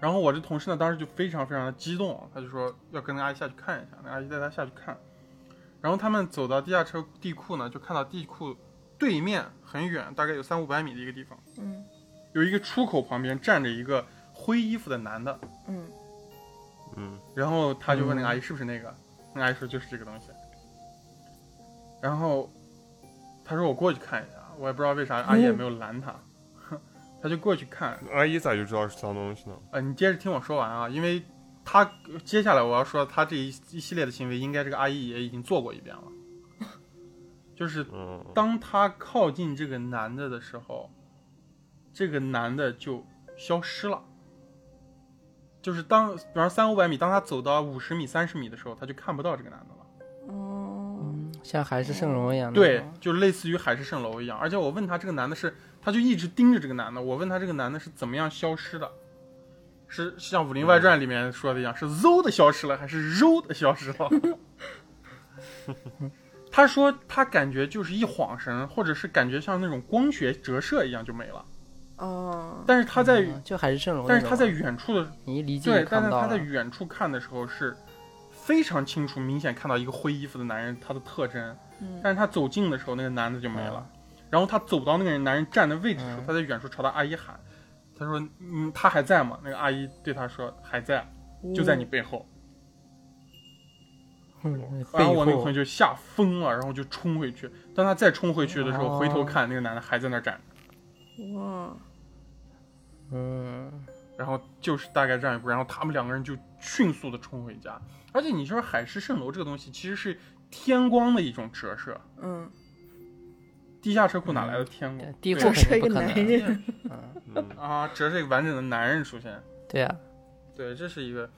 [SPEAKER 1] 然后我这同事呢，当时就非常非常的激动，他就说要跟那阿姨下去看一下，那阿姨带他下去看。然后他们走到地下车地库呢，就看到地库对面很远，大概有三五百米的一个地方，
[SPEAKER 4] 嗯
[SPEAKER 1] 有一个出口旁边站着一个灰衣服的男的。
[SPEAKER 4] 嗯
[SPEAKER 3] 嗯，
[SPEAKER 1] 然后他就问那个阿姨是不是那个，那阿姨说就是这个东西。然后他说我过去看一下，我也不知道为啥阿姨也没有拦他， 他就过去看，
[SPEAKER 3] 阿姨咋就知道是脏东西呢？
[SPEAKER 1] 呃，你接着听我说完啊，因为他接下来我要说他这一一系列的行为，应该这个阿姨也已经做过一遍了。 就是
[SPEAKER 3] 嗯，
[SPEAKER 1] 当他靠近这个男的的时候，这个男的就消失了。就是当，比方三五百米，当他走到五十米、三十米的时候，他就看不到这个男的了。
[SPEAKER 4] 哦
[SPEAKER 2] 嗯像海市蜃楼一样的。
[SPEAKER 1] 对，就类似于海市蜃楼一样。而且我问他这个男的是，他就一直盯着这个男的。我问他这个男的是怎么样消失的，是像《武林外传》里面说的一样，是嗖的消失了，还是揉的消失了？ 他说他感觉就是一晃神，或者是感觉像那种光学折射一样就没了。
[SPEAKER 4] 哦
[SPEAKER 1] 但是他在，
[SPEAKER 2] 嗯就海市蜃楼那种。
[SPEAKER 1] 但是他在远处的，
[SPEAKER 2] 你一离近
[SPEAKER 1] 对
[SPEAKER 2] 就，
[SPEAKER 1] 但是
[SPEAKER 2] 看不到
[SPEAKER 1] 他在
[SPEAKER 2] 了。
[SPEAKER 1] 远处看的时候是非常清楚、明显看到一个灰衣服的男人他的特征。
[SPEAKER 4] 嗯
[SPEAKER 1] 但是他走近的时候，那个男的就没了。然后他走到那个人男人站的位置的时候，
[SPEAKER 2] 嗯
[SPEAKER 1] 他在远处朝他阿姨喊，他说：“嗯，他还在吗？”那个阿姨对他说：“还在，就在你背后。
[SPEAKER 2] 嗯
[SPEAKER 1] 然后我那个
[SPEAKER 2] 背
[SPEAKER 1] 朋
[SPEAKER 2] 后
[SPEAKER 1] 友就吓疯了，然后就冲回去。当他再冲回去的时候，
[SPEAKER 2] 哦
[SPEAKER 1] 回头看那个男的还在那儿站着，
[SPEAKER 4] 哇
[SPEAKER 2] 嗯，
[SPEAKER 1] 然后就是大概这样一步，然后他们两个人就迅速的冲回家。而且你说海市蜃楼这个东西其实是天光的一种折射，
[SPEAKER 4] 嗯
[SPEAKER 1] 地下车库哪来的天光？
[SPEAKER 2] 地库
[SPEAKER 1] 对
[SPEAKER 4] 折
[SPEAKER 2] 肯
[SPEAKER 4] 射
[SPEAKER 2] 定
[SPEAKER 4] 一
[SPEAKER 2] 不
[SPEAKER 4] 个
[SPEAKER 2] 可
[SPEAKER 4] 男
[SPEAKER 2] 能。
[SPEAKER 4] 人
[SPEAKER 2] 嗯，
[SPEAKER 3] 嗯
[SPEAKER 1] 啊，折射一个完整的男人出现。
[SPEAKER 2] 对啊，
[SPEAKER 1] 对，这是一个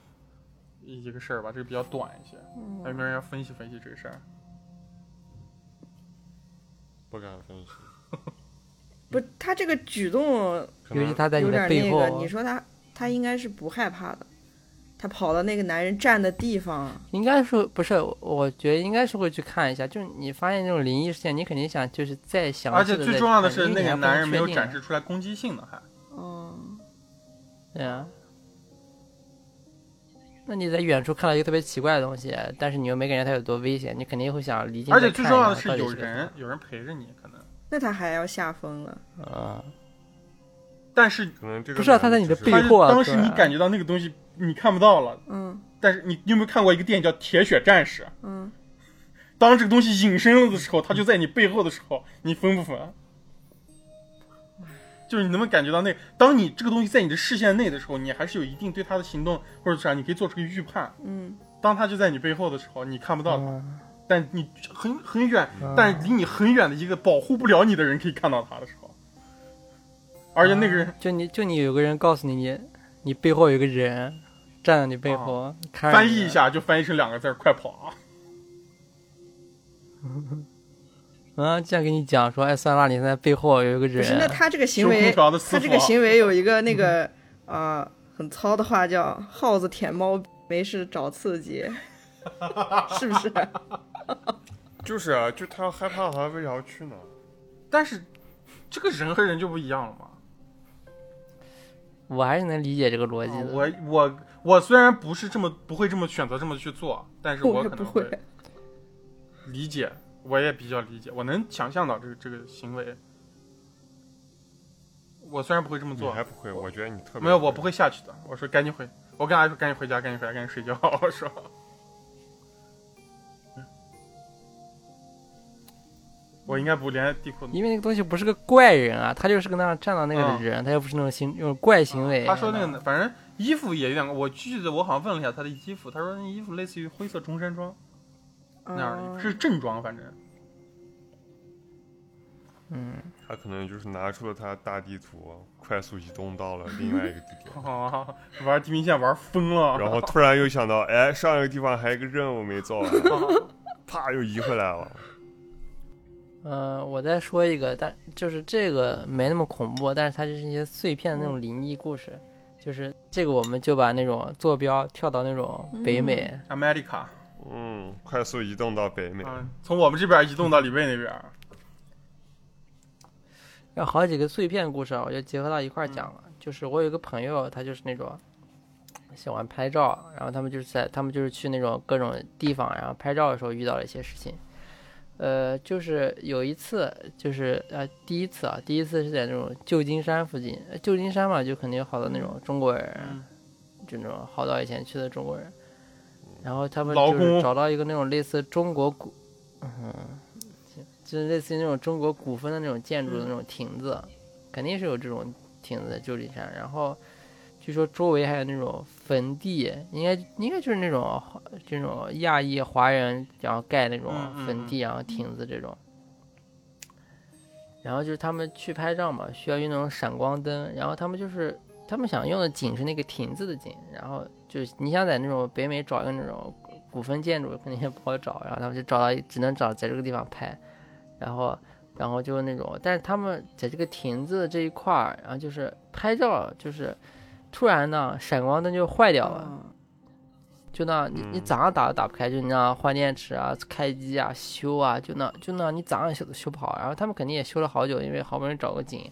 [SPEAKER 1] 一一个事儿吧，这个比较短一些。
[SPEAKER 2] 嗯
[SPEAKER 1] 还有没有人要分析分析这个事儿？
[SPEAKER 3] 不敢分析，
[SPEAKER 4] 不，他这个举动
[SPEAKER 3] 可
[SPEAKER 2] 尤其
[SPEAKER 3] 能
[SPEAKER 2] 他在
[SPEAKER 4] 有
[SPEAKER 2] 你
[SPEAKER 4] 点
[SPEAKER 2] 的
[SPEAKER 4] 那
[SPEAKER 2] 背
[SPEAKER 4] 个，
[SPEAKER 2] 后
[SPEAKER 4] 你，说他他应该是不害怕的，他跑到那个男人站的地方，
[SPEAKER 2] 应该说不是，我觉得应该是会去看一下。就是你发现这种灵异事件，你肯定想就是再详
[SPEAKER 1] 而
[SPEAKER 2] 细
[SPEAKER 1] 且
[SPEAKER 2] 地
[SPEAKER 1] 最
[SPEAKER 2] 再
[SPEAKER 1] 重要的
[SPEAKER 2] 看
[SPEAKER 1] 是，
[SPEAKER 2] 因为
[SPEAKER 1] 那个
[SPEAKER 2] 你还不
[SPEAKER 1] 男
[SPEAKER 2] 能
[SPEAKER 1] 人没有
[SPEAKER 2] 确定啊
[SPEAKER 1] 展示出来攻击性呢，还
[SPEAKER 4] 哦，
[SPEAKER 2] 对啊。那你在远处看到一个特别奇怪的东西，但是你又没感觉它有多危险，你肯定会想离近。
[SPEAKER 1] 而且最重要的是
[SPEAKER 2] 啊是
[SPEAKER 1] 有人，有人陪着你，可能。
[SPEAKER 4] 那他还要吓疯了，
[SPEAKER 2] 嗯，
[SPEAKER 1] 但是
[SPEAKER 3] 可能这个
[SPEAKER 2] 不知道他在你的背
[SPEAKER 1] 但是
[SPEAKER 2] 后啊
[SPEAKER 1] 当时
[SPEAKER 2] 对啊
[SPEAKER 1] 你感觉到那个东西你看不到了，
[SPEAKER 4] 嗯
[SPEAKER 1] 但是你你有没有看过一个电影叫《铁血战士》？
[SPEAKER 4] 嗯，
[SPEAKER 1] 当这个东西隐身了的时候，它就在你背后的时候，你疯不疯？就是你能不能感觉到那，当你这个东西在你的视线内的时候，你还是有一定对它的行动或者啥，啊你可以做出个预判。
[SPEAKER 4] 嗯
[SPEAKER 1] 当它就在你背后的时候，你看不到它，
[SPEAKER 2] 嗯
[SPEAKER 1] 但你很很远，
[SPEAKER 2] 嗯
[SPEAKER 1] 但是离你很远的一个保护不了你的人可以看到它的时候，而且那个人，
[SPEAKER 2] 就你就你有个人告诉你，你你背后有个人站在你背后、看着
[SPEAKER 1] 哦翻
[SPEAKER 2] 你
[SPEAKER 1] 译一，下就翻译成两个字儿：快跑啊！
[SPEAKER 2] 嗯，这样跟你讲说，哎，酸辣，你现在背后有一个
[SPEAKER 4] 不
[SPEAKER 2] 人，
[SPEAKER 4] 是，那他这个行
[SPEAKER 1] 修空
[SPEAKER 4] 为，
[SPEAKER 1] 调的师
[SPEAKER 4] 他这
[SPEAKER 1] 傅
[SPEAKER 4] 个
[SPEAKER 1] 啊，嗯
[SPEAKER 4] 行为有一个那个啊、很糙的话叫“耗子舔猫，没事找 刺激”，是不是？
[SPEAKER 3] 就是啊，就他害怕，他为啥要去呢？
[SPEAKER 1] 但是这个人和人就不一样了嘛。
[SPEAKER 2] 我还是能理解这个逻辑
[SPEAKER 1] 啊
[SPEAKER 2] 的。
[SPEAKER 1] 我我我虽然不是这么不会这么选择这么去做， 但是
[SPEAKER 4] 不
[SPEAKER 1] 我
[SPEAKER 4] 会
[SPEAKER 1] 可
[SPEAKER 4] 不
[SPEAKER 1] 能
[SPEAKER 4] 会
[SPEAKER 1] 会，理解，我也比较理解，我能想象到这个这个行为。我虽然不会这么
[SPEAKER 3] 你
[SPEAKER 1] 做
[SPEAKER 3] 还，不会，我觉得你特别
[SPEAKER 1] 没有，我不会下去的。我说赶紧回，我跟阿姨说赶紧回家，赶紧回家，赶紧睡觉。 我说，我应该不连地库。
[SPEAKER 2] 因为那个东西不是个怪人啊，他就是跟那样站到那个的人，他又不是那种行，那种怪行为。
[SPEAKER 1] 他说那个，反正衣服也有点，我记得我好像问了一下他的衣服，他说那衣服类似于灰色中山装那样的，
[SPEAKER 4] 嗯
[SPEAKER 1] 是正装，反正，
[SPEAKER 2] 嗯，
[SPEAKER 3] 他可能就是拿出了他大地图，快速移动到了另外一个地点
[SPEAKER 1] 啊，玩地平线玩疯了，
[SPEAKER 3] 然后突然又想到，哎，上一个地方还有一个任务没做完，啪又移回来了。
[SPEAKER 2] 呃，我再说一个，但就是这个没那么恐怖，但是它就是一些碎片的那种灵异故事。就是这个，我们就把那种坐标跳到那种北美，
[SPEAKER 1] America
[SPEAKER 3] 嗯，快速移动到北美，
[SPEAKER 1] 啊，从我们这边移动到里贝那边，
[SPEAKER 2] 有好几个碎片故事，啊，我就结合到一块儿讲了。就是我有一个朋友，他就是那种喜欢拍照，然后他们就是在他们就是去那种各种地方，然后拍照的时候遇到了一些事情。呃，就是有一次，就是呃，第一次啊，第一次是在那种旧金山附近，呃旧金山嘛，就肯定有好多那种中国人，
[SPEAKER 1] 嗯
[SPEAKER 2] 就那种好早以前去的中国人，然后他们
[SPEAKER 1] 劳
[SPEAKER 2] 就
[SPEAKER 1] 工
[SPEAKER 2] 是找到一个那种类似中国古，嗯，就是类似于那种中国古风的那种建筑的那种亭子，肯定是有这种亭子在旧金山。然后据说周围还有那种坟地，应该应该就是那种这种亚裔华人，然后盖那种
[SPEAKER 1] 嗯嗯
[SPEAKER 2] 坟地，然后亭子这种。然后就是他们去拍照嘛，需要用那种闪光灯，然后他们就是他们想用的景是那个亭子的景，然后就是你想在那种北美找一个那种古风建筑，肯定也不好找，然后他们就找到只能找在这个地方拍，然后然后就是那种，但是他们在这个亭子这一块儿，然后就是拍照就是突然呢闪光灯就坏掉了，
[SPEAKER 4] 嗯
[SPEAKER 2] 就那，你你
[SPEAKER 3] 嗯
[SPEAKER 2] 早上打都打不开，就你那换电池啊、开机啊、修啊，就那就那你早上修都修不好，然后他们肯定也修了好久，因为好不容易找个景，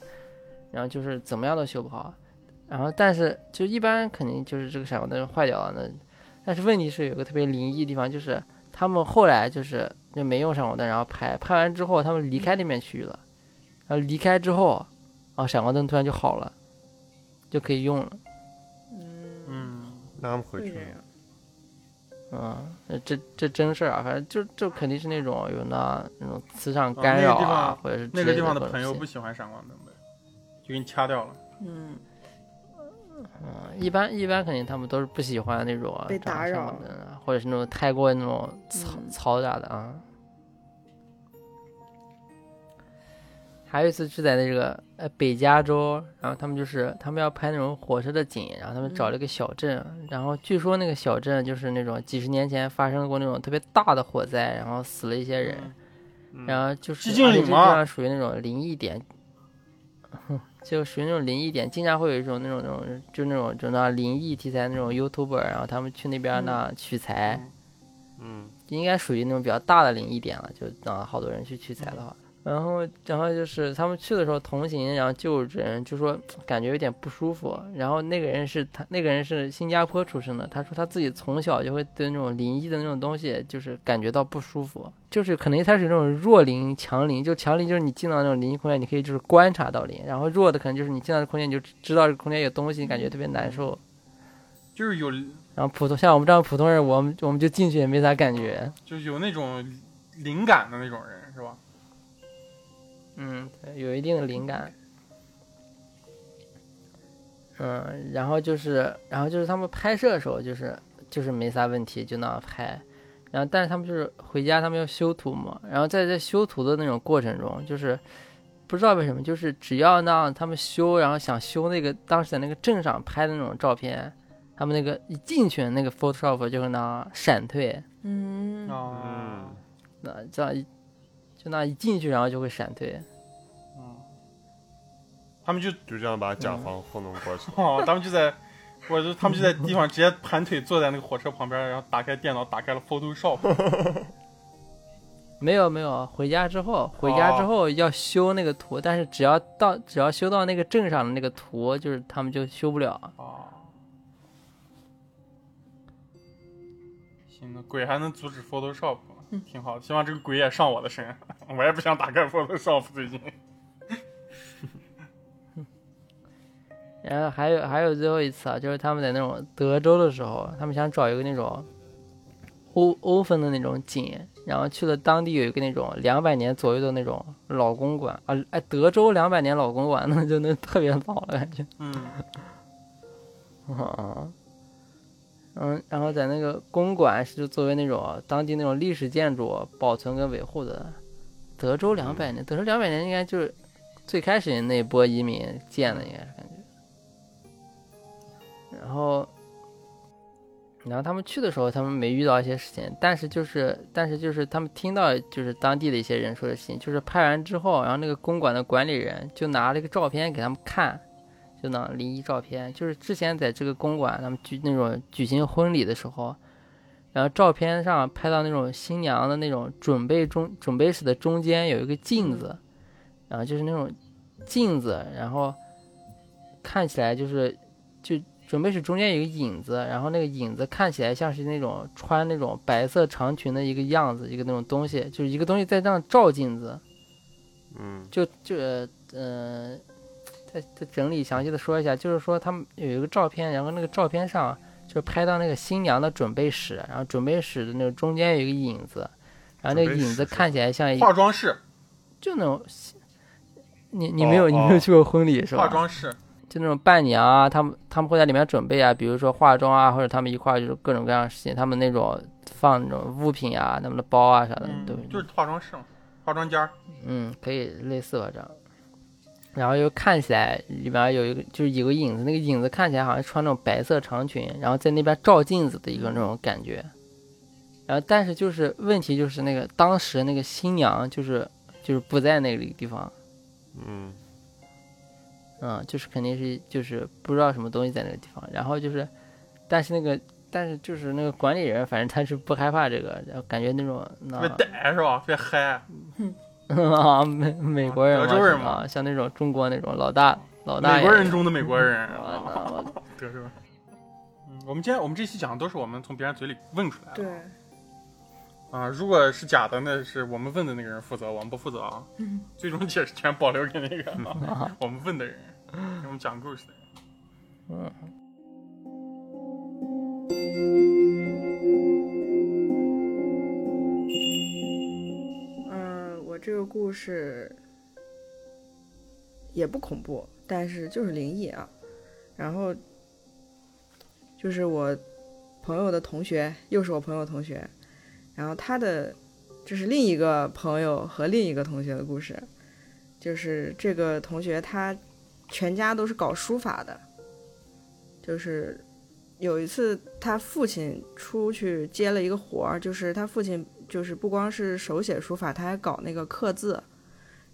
[SPEAKER 2] 然后就是怎么样都修不好，然后但是就一般肯定就是这个闪光灯坏掉了，那但是问题是有个特别灵异的地方，就是他们后来就是就没用闪光灯，然后拍拍完之后他们离开那片区域了，然后离开之后，然后闪光灯突然就好了，就可以用了。
[SPEAKER 1] 嗯，
[SPEAKER 3] 拉不回
[SPEAKER 4] 会
[SPEAKER 3] 去
[SPEAKER 4] 这
[SPEAKER 3] 了。
[SPEAKER 4] 样。
[SPEAKER 2] 嗯，呃这这真事儿啊，反正就就肯定是那种有那那种磁场
[SPEAKER 1] 啊
[SPEAKER 2] 干
[SPEAKER 1] 那个
[SPEAKER 2] 扰
[SPEAKER 1] 地
[SPEAKER 2] 啊
[SPEAKER 1] 方，
[SPEAKER 2] 或者是之
[SPEAKER 1] 那个
[SPEAKER 2] 类
[SPEAKER 1] 地方
[SPEAKER 2] 的
[SPEAKER 1] 的
[SPEAKER 2] 各种
[SPEAKER 1] 朋友
[SPEAKER 2] 事
[SPEAKER 1] 不喜欢闪光灯呗，就给你掐掉了，
[SPEAKER 4] 嗯，
[SPEAKER 2] 嗯，一般一般肯定他们都是不喜欢那种
[SPEAKER 4] 被
[SPEAKER 2] 长
[SPEAKER 4] 打
[SPEAKER 2] 什么
[SPEAKER 4] 扰
[SPEAKER 2] 的啊，或者是那种太过那种嘈
[SPEAKER 4] 嗯
[SPEAKER 2] 嘈杂的啊。还有一次是在那个呃北加州，然后他们就是他们要拍那种火车的景，然后他们找
[SPEAKER 4] 嗯
[SPEAKER 2] 了一个小镇，然后据说那个小镇就是那种几十年前发生过那种特别大的火灾，然后死了一些人，
[SPEAKER 1] 嗯
[SPEAKER 2] 然后就是
[SPEAKER 1] 寂静
[SPEAKER 2] 而且
[SPEAKER 1] 岭
[SPEAKER 2] 这
[SPEAKER 1] 吗
[SPEAKER 2] 地方属于那种灵异点，就属于那种灵异点，经常会有一种那种那种就那种就那灵异题材那种 YouTuber，然后他们去那边那取材，
[SPEAKER 3] 嗯，
[SPEAKER 2] 应该属于那种比较大的灵异点了，就啊好多人去取材的话。然后，然后就是他们去的时候同行，然后就有人就说感觉有点不舒服。然后那个人是他，那个人是新加坡出生的，他说他自己从小就会对那种灵异的那种东西就是感觉到不舒服，就是可能一开始那种弱灵、强灵，就强灵就是你进到那种灵异空间，你可以就是观察到灵，然后弱的可能就是你进到这空间你就知道这空间有东西，你感觉特别难受。
[SPEAKER 1] 就是有
[SPEAKER 2] 然后普通像我们这样普通人，我们我们就进去也没啥感觉。
[SPEAKER 1] 就是有那种灵感的那种人是吧？
[SPEAKER 2] 嗯，对有一定的灵感。嗯，然后就是，然后就是他们拍摄的时候，就是就是没啥问题，就那样拍。然后，但是他们就是回家，他们要修图嘛。然后在这修图的那种过程中，就是不知道为什么，就是只要那样他们修，然后想修那个当时在那个镇上拍的那种照片，他们那个一进去，那个 Photoshop 就会那样闪退，
[SPEAKER 4] 嗯，
[SPEAKER 1] 啊
[SPEAKER 3] 嗯，
[SPEAKER 2] 那这样一就那一进去，然后就会闪退。
[SPEAKER 1] 嗯，他们就
[SPEAKER 3] 就这样把甲方糊弄过去。
[SPEAKER 1] 哦，他们就在，我就他们就在地方直接盘腿坐在那个火车旁边，然后打开电脑，打开了 Photoshop，
[SPEAKER 2] 没有没有，回家之后，回家之后要修那个图，但是只要到只要修到那个镇上的那个图，就是他们就修不了。
[SPEAKER 1] 啊，行，那鬼还能阻止 Photoshop，挺好的。希望这个鬼也上我 的身，我也不想打开 Photoshop 最近。
[SPEAKER 2] 然后还有还有最后一次啊，就是他们在那种德州的时候，他们想找一个那种欧欧风的那种景，然后去了当地有一个那种两百年左右的那种老公馆啊，哎，德州两百年老公馆，那就那特别老了感觉。
[SPEAKER 1] 嗯，
[SPEAKER 2] 啊，嗯， 然后在那个公馆是作为那种当地那种历史建筑保存跟维护的。德州两百年，德州两百年应该就是最开始那波移民建的，应该是感觉。然后，然后他们去的时候，他们没遇到一些事情，但是就是，但是就是他们听到就是当地的一些人说的事情，就是拍完之后，然后那个公馆的管理人就拿了一个照片给他们看，就那种灵异照片，就是之前在这个公馆他们举那种举行婚礼的时候，然后照片上拍到那种新娘的那种准备中准备室的中间有一个镜子，然后就是那种镜子，然后看起来就是就准备室中间有一个影子，然后那个影子看起来像是那种穿那种白色长裙的一个样子，一个那种东西，就是一个东西在这样照镜子，
[SPEAKER 3] 嗯
[SPEAKER 2] 就就呃，再再整理详细的说一下，就是说他们有一个照片，然后那个照片上就拍到那个新娘的准备室，然后准备室的那个中间有一个影子，然后那个
[SPEAKER 3] 准备
[SPEAKER 2] 影
[SPEAKER 3] 室
[SPEAKER 2] 子
[SPEAKER 3] 是吧
[SPEAKER 2] 看起来像一
[SPEAKER 1] 化妆室，
[SPEAKER 2] 就那种，你你
[SPEAKER 3] 哦
[SPEAKER 2] 没有、你没有
[SPEAKER 3] 哦
[SPEAKER 2] 去过婚礼是吧？
[SPEAKER 1] 化妆室，
[SPEAKER 2] 就那种伴娘啊，他们他们会在里面准备啊，比如说化妆啊，或者他们一块儿就是各种各样的事情，他们那种放那种物品啊，他们的包啊啥的，
[SPEAKER 1] 嗯
[SPEAKER 2] 对，，
[SPEAKER 1] 就是化妆室嘛，化妆间儿，
[SPEAKER 2] 嗯，可以类似吧这样。然后又看起来里面有一个就是有个影子，那个影子看起来好像穿那种白色长裙，然后在那边照镜子的一个那种感觉。然后但是就是问题就是那个当时那个新娘就是就是不在那个地方，
[SPEAKER 3] 嗯，
[SPEAKER 2] 嗯，就是肯定是就是不知道什么东西在那个地方，然后就是，但是那个但是就是那个管理人，反正他是不害怕这个，然后感觉那种那
[SPEAKER 1] 别呆是吧？别嗨，
[SPEAKER 2] 啊美美国人嘛，
[SPEAKER 1] 德州人
[SPEAKER 2] 是
[SPEAKER 1] 嘛
[SPEAKER 2] 吧像那种中国那种老大老大
[SPEAKER 1] 美国
[SPEAKER 2] 爷
[SPEAKER 1] 人中的美国人，
[SPEAKER 2] 啊那我
[SPEAKER 1] 德州人。嗯，我们今天我们这期讲的都是我们从别人嘴里问出来的
[SPEAKER 4] 对，
[SPEAKER 1] 啊，如果是假的，那是我们问的那个人负责，我们不负责啊。 最终解释权保留给那个、
[SPEAKER 2] 啊
[SPEAKER 1] 我们问的人，给我们讲故事的人。
[SPEAKER 2] 嗯
[SPEAKER 4] 嗯，我这个故事也不恐怖，但是就是灵异啊。然后就是我朋友的同学，又是我朋友同学，然后他的这是另一个朋友和另一个同学的故事，就是这个同学他全家都是搞书法的，就是有一次他父亲出去接了一个活儿，就是他父亲就是不光是手写书法，他还搞那个刻字，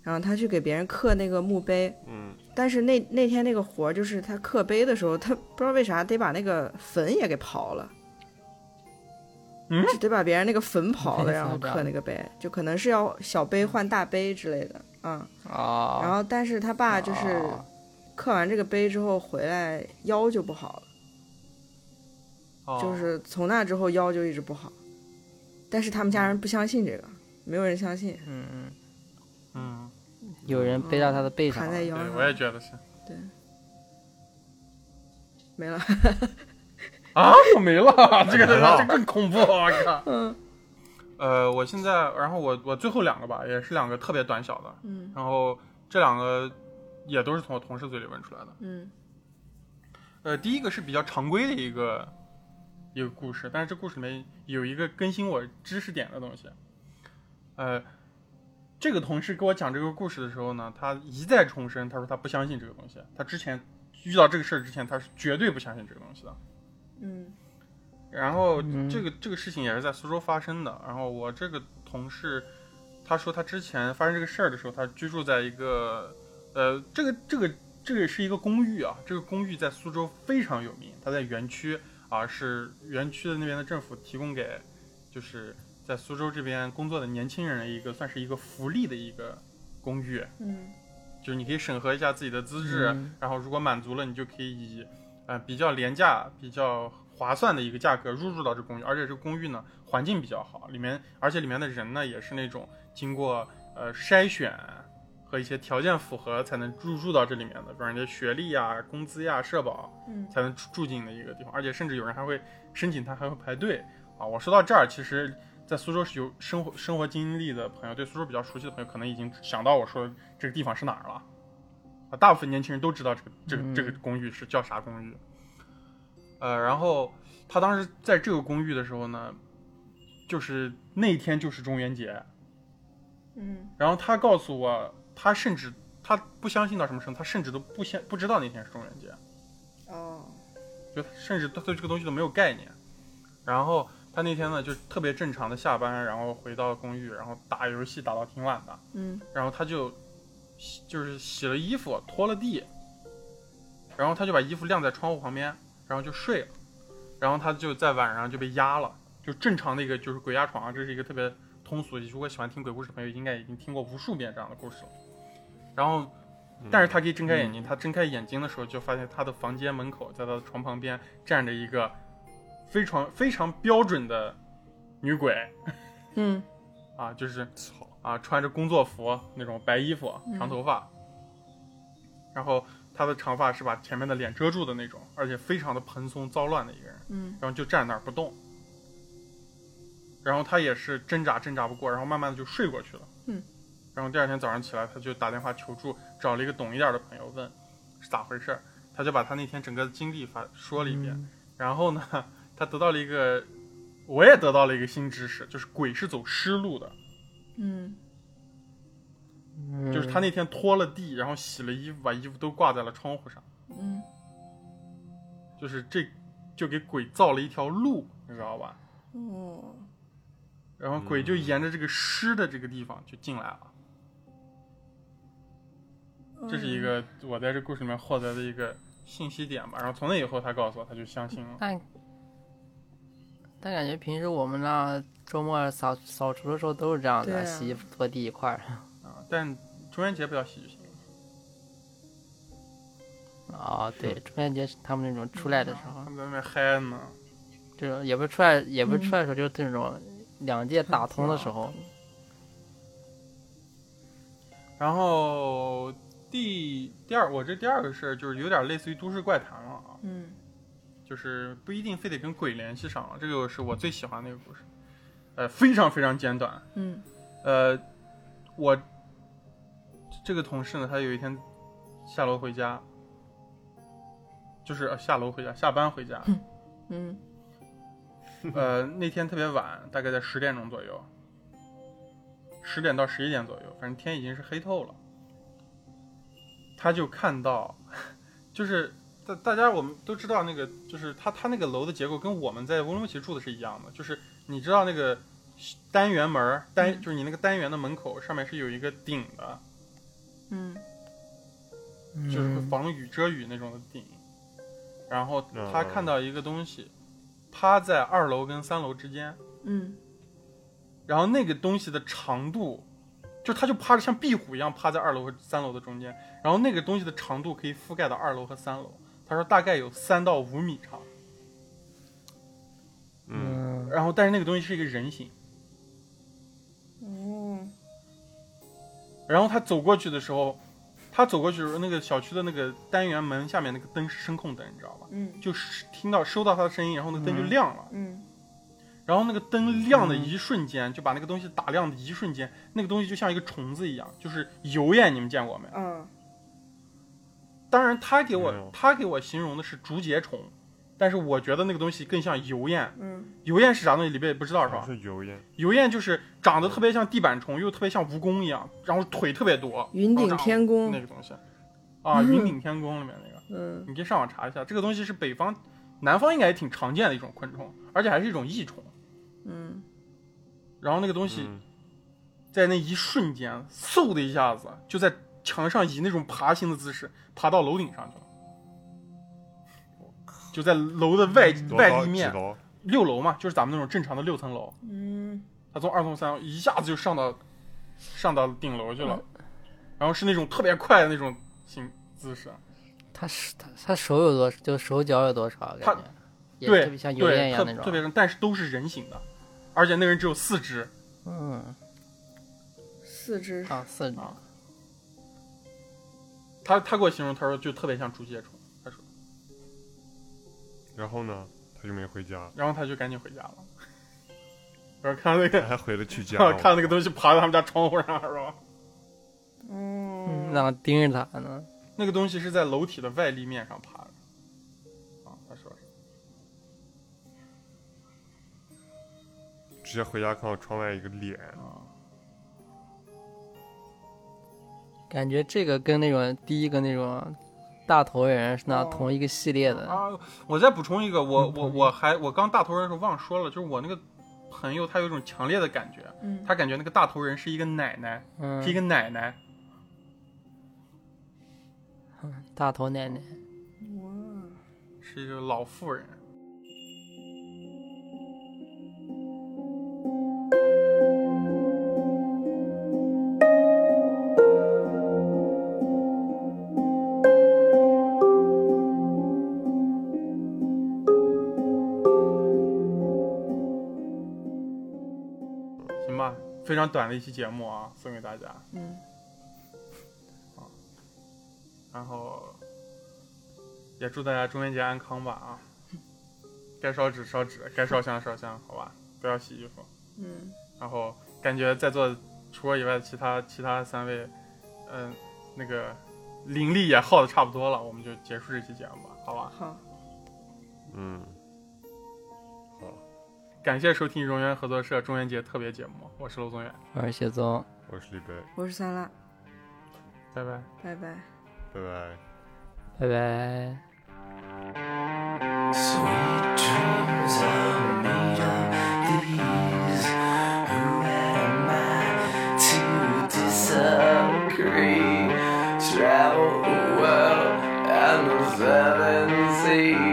[SPEAKER 4] 然后他去给别人刻那个墓碑。
[SPEAKER 3] 嗯，
[SPEAKER 4] 但是那那天那个活儿就是他刻碑的时候，他不知道为啥得把那个坟也给刨了，
[SPEAKER 1] 嗯
[SPEAKER 4] 就得把别人那个坟刨了，
[SPEAKER 2] 太
[SPEAKER 4] 然后
[SPEAKER 2] 夸张
[SPEAKER 4] 刻那个碑，就可能是要小碑换大碑之类的，嗯。
[SPEAKER 2] 啊，
[SPEAKER 4] 然后但是他爸就是
[SPEAKER 2] 啊
[SPEAKER 4] 刻完这个碑之后回来腰就不好了。
[SPEAKER 1] 哦、
[SPEAKER 4] 就是从那之后腰就一直不好，但是他们家人不相信这个，没有人相信，
[SPEAKER 2] 嗯嗯，
[SPEAKER 1] 嗯，
[SPEAKER 2] 有人背到他的背上
[SPEAKER 4] 盘
[SPEAKER 2] 了，
[SPEAKER 4] 嗯在腰
[SPEAKER 1] 对，
[SPEAKER 4] 上
[SPEAKER 1] 我也觉得是
[SPEAKER 4] 没了。
[SPEAKER 1] 啊，我没了，这个
[SPEAKER 3] 没了
[SPEAKER 1] 这更 恐怖，我靠。
[SPEAKER 4] 嗯
[SPEAKER 1] 呃，我现在，然后我我最后两个吧，也是两个特别短小的，
[SPEAKER 4] 嗯
[SPEAKER 1] 然后这两个也都是从我同事嘴里问出来的。
[SPEAKER 4] 嗯
[SPEAKER 1] 呃，第一个是比较常规的一个一个故事，但是这故事里面有一个更新我知识点的东西。呃，这个同事给我讲这个故事的时候呢，他一再重申，他说他不相信这个东西，他之前遇到这个事儿之前，他是绝对不相信这个东西的。
[SPEAKER 4] 嗯
[SPEAKER 1] 然后
[SPEAKER 2] 嗯
[SPEAKER 1] 这个、这个事情也是在苏州发生的。然后我这个同事，他说他之前发生这个事儿的时候，他居住在一个，呃，这个这个这个是一个公寓啊，这个公寓在苏州非常有名，它在园区啊，是园区的那边的政府提供给，就是在苏州这边工作的年轻人的一个算是一个福利的一个公寓。
[SPEAKER 4] 嗯
[SPEAKER 1] 就是你可以审核一下自己的资质，
[SPEAKER 2] 嗯
[SPEAKER 1] 然后如果满足了，你就可以以呃比较廉价、比较划算的一个价格入住到这公寓，而且这公寓呢环境比较好，里面而且里面的人呢也是那种经过呃筛选和一些条件符合才能入住到这里面的，比如人家学历呀、工资呀、社保
[SPEAKER 4] 嗯
[SPEAKER 1] 才能住住进的一个地方，而且甚至有人还会申请，他还会排队啊。我说到这儿，其实。在苏州是有生活生活经历的朋友，对苏州比较熟悉的朋友，可能已经想到我说的这个地方是哪儿了。啊，大部分年轻人都知道这个这个这个
[SPEAKER 2] 嗯
[SPEAKER 1] 公寓是叫啥公寓。呃，然后他当时在这个公寓的时候呢，就是那天就是中元节，
[SPEAKER 4] 嗯，
[SPEAKER 1] 然后他告诉我，他甚至他不相信到什么程度，他甚至都不相不知道那天是中元节，
[SPEAKER 4] 哦，
[SPEAKER 1] 就甚至他对这个东西都没有概念。然后他那天呢，就特别正常的下班，然后回到公寓，然后打游戏打到挺晚的，
[SPEAKER 4] 嗯，
[SPEAKER 1] 然后他就洗就是洗了衣服，拖了地，然后他就把衣服晾在窗户旁边，然后就睡了，然后他就在晚上就被压了，就正常的一个就是鬼压床，啊这是一个特别通俗，如果喜欢听鬼故事的朋友应该已经听过无数遍这样的故事了。然后，
[SPEAKER 3] 嗯
[SPEAKER 1] 但是他可以睁开眼睛，他睁开眼睛的时候就发现他的房间门口，在他的床旁边站着一个非常非常标准的女鬼
[SPEAKER 4] 嗯，
[SPEAKER 1] 啊，就是
[SPEAKER 3] 操，
[SPEAKER 1] 啊，穿着工作服那种白衣服，长头发，然后他的长发是把前面的脸遮住的那种，而且非常的蓬松糟乱的一个人，
[SPEAKER 4] 嗯，
[SPEAKER 1] 然后就站那儿不动，然后他也是挣扎挣扎不过，然后慢慢的就睡过去了，
[SPEAKER 4] 嗯，
[SPEAKER 1] 然后第二天早上起来，他就打电话求助，找了一个懂一点的朋友问是咋回事儿，他就把他那天整个经历发说了一
[SPEAKER 2] 嗯
[SPEAKER 1] 遍， 然后呢，他得到了一个，我也得到了一个新知识，就是鬼是走湿路的。
[SPEAKER 4] 嗯，
[SPEAKER 2] 嗯
[SPEAKER 1] 就是他那天拖了地，然后洗了衣服，把衣服都挂在了窗户上，
[SPEAKER 4] 嗯，
[SPEAKER 1] 就是这就给鬼造了一条路，你知道吧？
[SPEAKER 4] 哦，
[SPEAKER 1] 然后鬼就沿着这个湿的这个地方就进来了。
[SPEAKER 4] 嗯
[SPEAKER 1] 这是一个我在这故事里面获得的一个信息点吧。然后从那以后，他告诉我他就相信了。
[SPEAKER 2] 但但感觉平时我们那周末扫扫除的时候都是这样的，
[SPEAKER 4] 对啊
[SPEAKER 2] 洗衣服、拖地一块儿。
[SPEAKER 1] 啊，但中元节不要喜剧性，
[SPEAKER 2] 哦，对，中元节是他们那种出来的时
[SPEAKER 1] 他
[SPEAKER 2] 候，
[SPEAKER 1] 们在那边嗨呢。
[SPEAKER 2] 就是也不是出来，也不是出来的时候，就是这种两界打通的时候。
[SPEAKER 1] 然后第第二，我这第二个事儿就是有点类似于都市怪谈了啊。
[SPEAKER 4] 嗯，
[SPEAKER 1] 就是不一定非得跟鬼联系上了。这个是我最喜欢的一个故事，呃，非常非常简短。
[SPEAKER 4] 嗯，
[SPEAKER 1] 呃，我这个同事呢，他有一天下楼回家，就是、呃下楼回家，下班回家。
[SPEAKER 4] 嗯，
[SPEAKER 1] 呃，那天特别晚，大概在十点钟左右，十点到十一点左右，反正天已经是黑透了。他就看到， 就是大大家我们都知道那个，就是他他那个楼的结构跟我们在乌鲁木齐住的是一样的，就是你知道那个单元门儿单，就是你那个单元的门口上面是有一个顶的，
[SPEAKER 4] 嗯，
[SPEAKER 1] 就是会
[SPEAKER 2] 嗯
[SPEAKER 1] 防雨遮雨那种的顶。然后他
[SPEAKER 3] 嗯
[SPEAKER 1] 看到一个东西趴在二楼跟三楼之间，
[SPEAKER 4] 嗯，
[SPEAKER 1] 然后那个东西的长度，就它就趴着像壁虎一样趴在二楼和三楼的中间，然后那个东西的长度可以覆盖到二楼和三楼。他说大概有三到五米长，
[SPEAKER 3] 嗯，
[SPEAKER 1] 然后但是那个东西是一个人形，
[SPEAKER 4] 哦，
[SPEAKER 1] 然后他走过去的时候，他走过去的时候，那个小区的那个单元门下面那个灯是声控灯，你知道吧？
[SPEAKER 4] 嗯，
[SPEAKER 1] 就是听到收到他的声音，然后那个灯就亮了，
[SPEAKER 4] 嗯，
[SPEAKER 1] 然后那个灯亮的一瞬间，就把那个东西打亮的一瞬间，那个东西就像一个虫子一样，就是油烟，你们见过没？
[SPEAKER 4] 啊，
[SPEAKER 1] 当然，他给
[SPEAKER 3] 没有
[SPEAKER 1] 我他给我形容的是竹节虫，但是我觉得那个东西更像油烟。
[SPEAKER 4] 嗯，
[SPEAKER 1] 油烟是啥东西？里边也不知道是
[SPEAKER 3] 还
[SPEAKER 1] 吧？
[SPEAKER 3] 是油烟，
[SPEAKER 1] 油烟就是长得特别像地板虫，又特别像蜈蚣一样，然后腿特别多，
[SPEAKER 4] 云顶天
[SPEAKER 1] 然后
[SPEAKER 4] 宫
[SPEAKER 1] 长那，个东西啊，云顶天宫里面那个，
[SPEAKER 4] 嗯，
[SPEAKER 1] 你可以上网查一下。这个东西是北方、南方应该也挺常见的一种昆虫，而且还是一种益虫。
[SPEAKER 4] 嗯，
[SPEAKER 1] 然后那个东西
[SPEAKER 3] 嗯，
[SPEAKER 1] 在那一瞬间，嗖的一下子就在墙上以那种爬行的姿势爬到楼顶上去了，就在楼的外
[SPEAKER 3] 嗯多
[SPEAKER 1] 外
[SPEAKER 3] 高
[SPEAKER 1] 立
[SPEAKER 3] 几
[SPEAKER 1] 面
[SPEAKER 3] 楼？
[SPEAKER 1] 六楼嘛，就是咱们那种正常的六层楼，
[SPEAKER 4] 嗯，
[SPEAKER 1] 他从二层三楼一下子就上到上到顶楼去了，
[SPEAKER 2] 嗯
[SPEAKER 1] 然后是那种特别快的那种行姿势，
[SPEAKER 2] 他手他他手有多，就手脚有多少？
[SPEAKER 1] 他
[SPEAKER 2] 感觉也特
[SPEAKER 1] 对
[SPEAKER 2] 别像油烟
[SPEAKER 1] 对，
[SPEAKER 2] 一
[SPEAKER 1] 特
[SPEAKER 2] 样那
[SPEAKER 1] 特
[SPEAKER 2] 种。
[SPEAKER 1] 别但是都是人形的，而且那个人只有四肢，
[SPEAKER 2] 嗯，
[SPEAKER 4] 四肢，
[SPEAKER 2] 啊，四
[SPEAKER 1] 啊他他给我形容他说就特别像竹节虫，他说，
[SPEAKER 3] 然后呢，他就没回家，
[SPEAKER 1] 然后他就赶紧回家了， 然后看到那个
[SPEAKER 3] 还回了去家
[SPEAKER 1] 看
[SPEAKER 3] 了，
[SPEAKER 1] 看那个东西爬到他们家窗户上是吧？
[SPEAKER 4] 嗯，
[SPEAKER 2] 那盯着他呢。
[SPEAKER 1] 那个东西是在楼体的外立面上爬的，啊，他说是，
[SPEAKER 3] 直接回家看到窗外一个脸，
[SPEAKER 1] 啊，
[SPEAKER 2] 感觉这个跟那种第一个那种大头人是那
[SPEAKER 1] 哦
[SPEAKER 2] 同一个系列的。
[SPEAKER 1] 啊，我再补充一个，我
[SPEAKER 2] 嗯
[SPEAKER 1] 我我还我刚大头人的时候忘说了，就是我那个朋友他有一种强烈的感觉，
[SPEAKER 4] 嗯，
[SPEAKER 1] 他感觉那个大头人是一个奶奶，
[SPEAKER 2] 嗯
[SPEAKER 1] 是一，个奶奶，
[SPEAKER 2] 大头奶奶。
[SPEAKER 1] 是一个老妇人。行吧，非常短的一期节目啊，送给大家。
[SPEAKER 4] 嗯，
[SPEAKER 1] 然后也祝大家中元节安康吧啊！该烧纸烧纸，该烧香烧香，好吧，不要洗衣服。
[SPEAKER 4] 嗯，
[SPEAKER 1] 然后感觉在座除我以外的其他其他三位，嗯、那个灵力也耗的差不多了，我们就结束这期节目吧，好吧？
[SPEAKER 4] 好，
[SPEAKER 3] 嗯，
[SPEAKER 1] 感谢收听荣源合作社中元节特别节目，我是娄宗远，
[SPEAKER 2] 我是雪宗，
[SPEAKER 3] 我是李白，
[SPEAKER 4] 我是酸辣，
[SPEAKER 1] 拜拜。
[SPEAKER 4] 拜拜。
[SPEAKER 3] 拜拜。
[SPEAKER 2] 拜拜。
[SPEAKER 5] Sweet dreams of me are these. Who am I to disagree? Travel the world and the seven seas.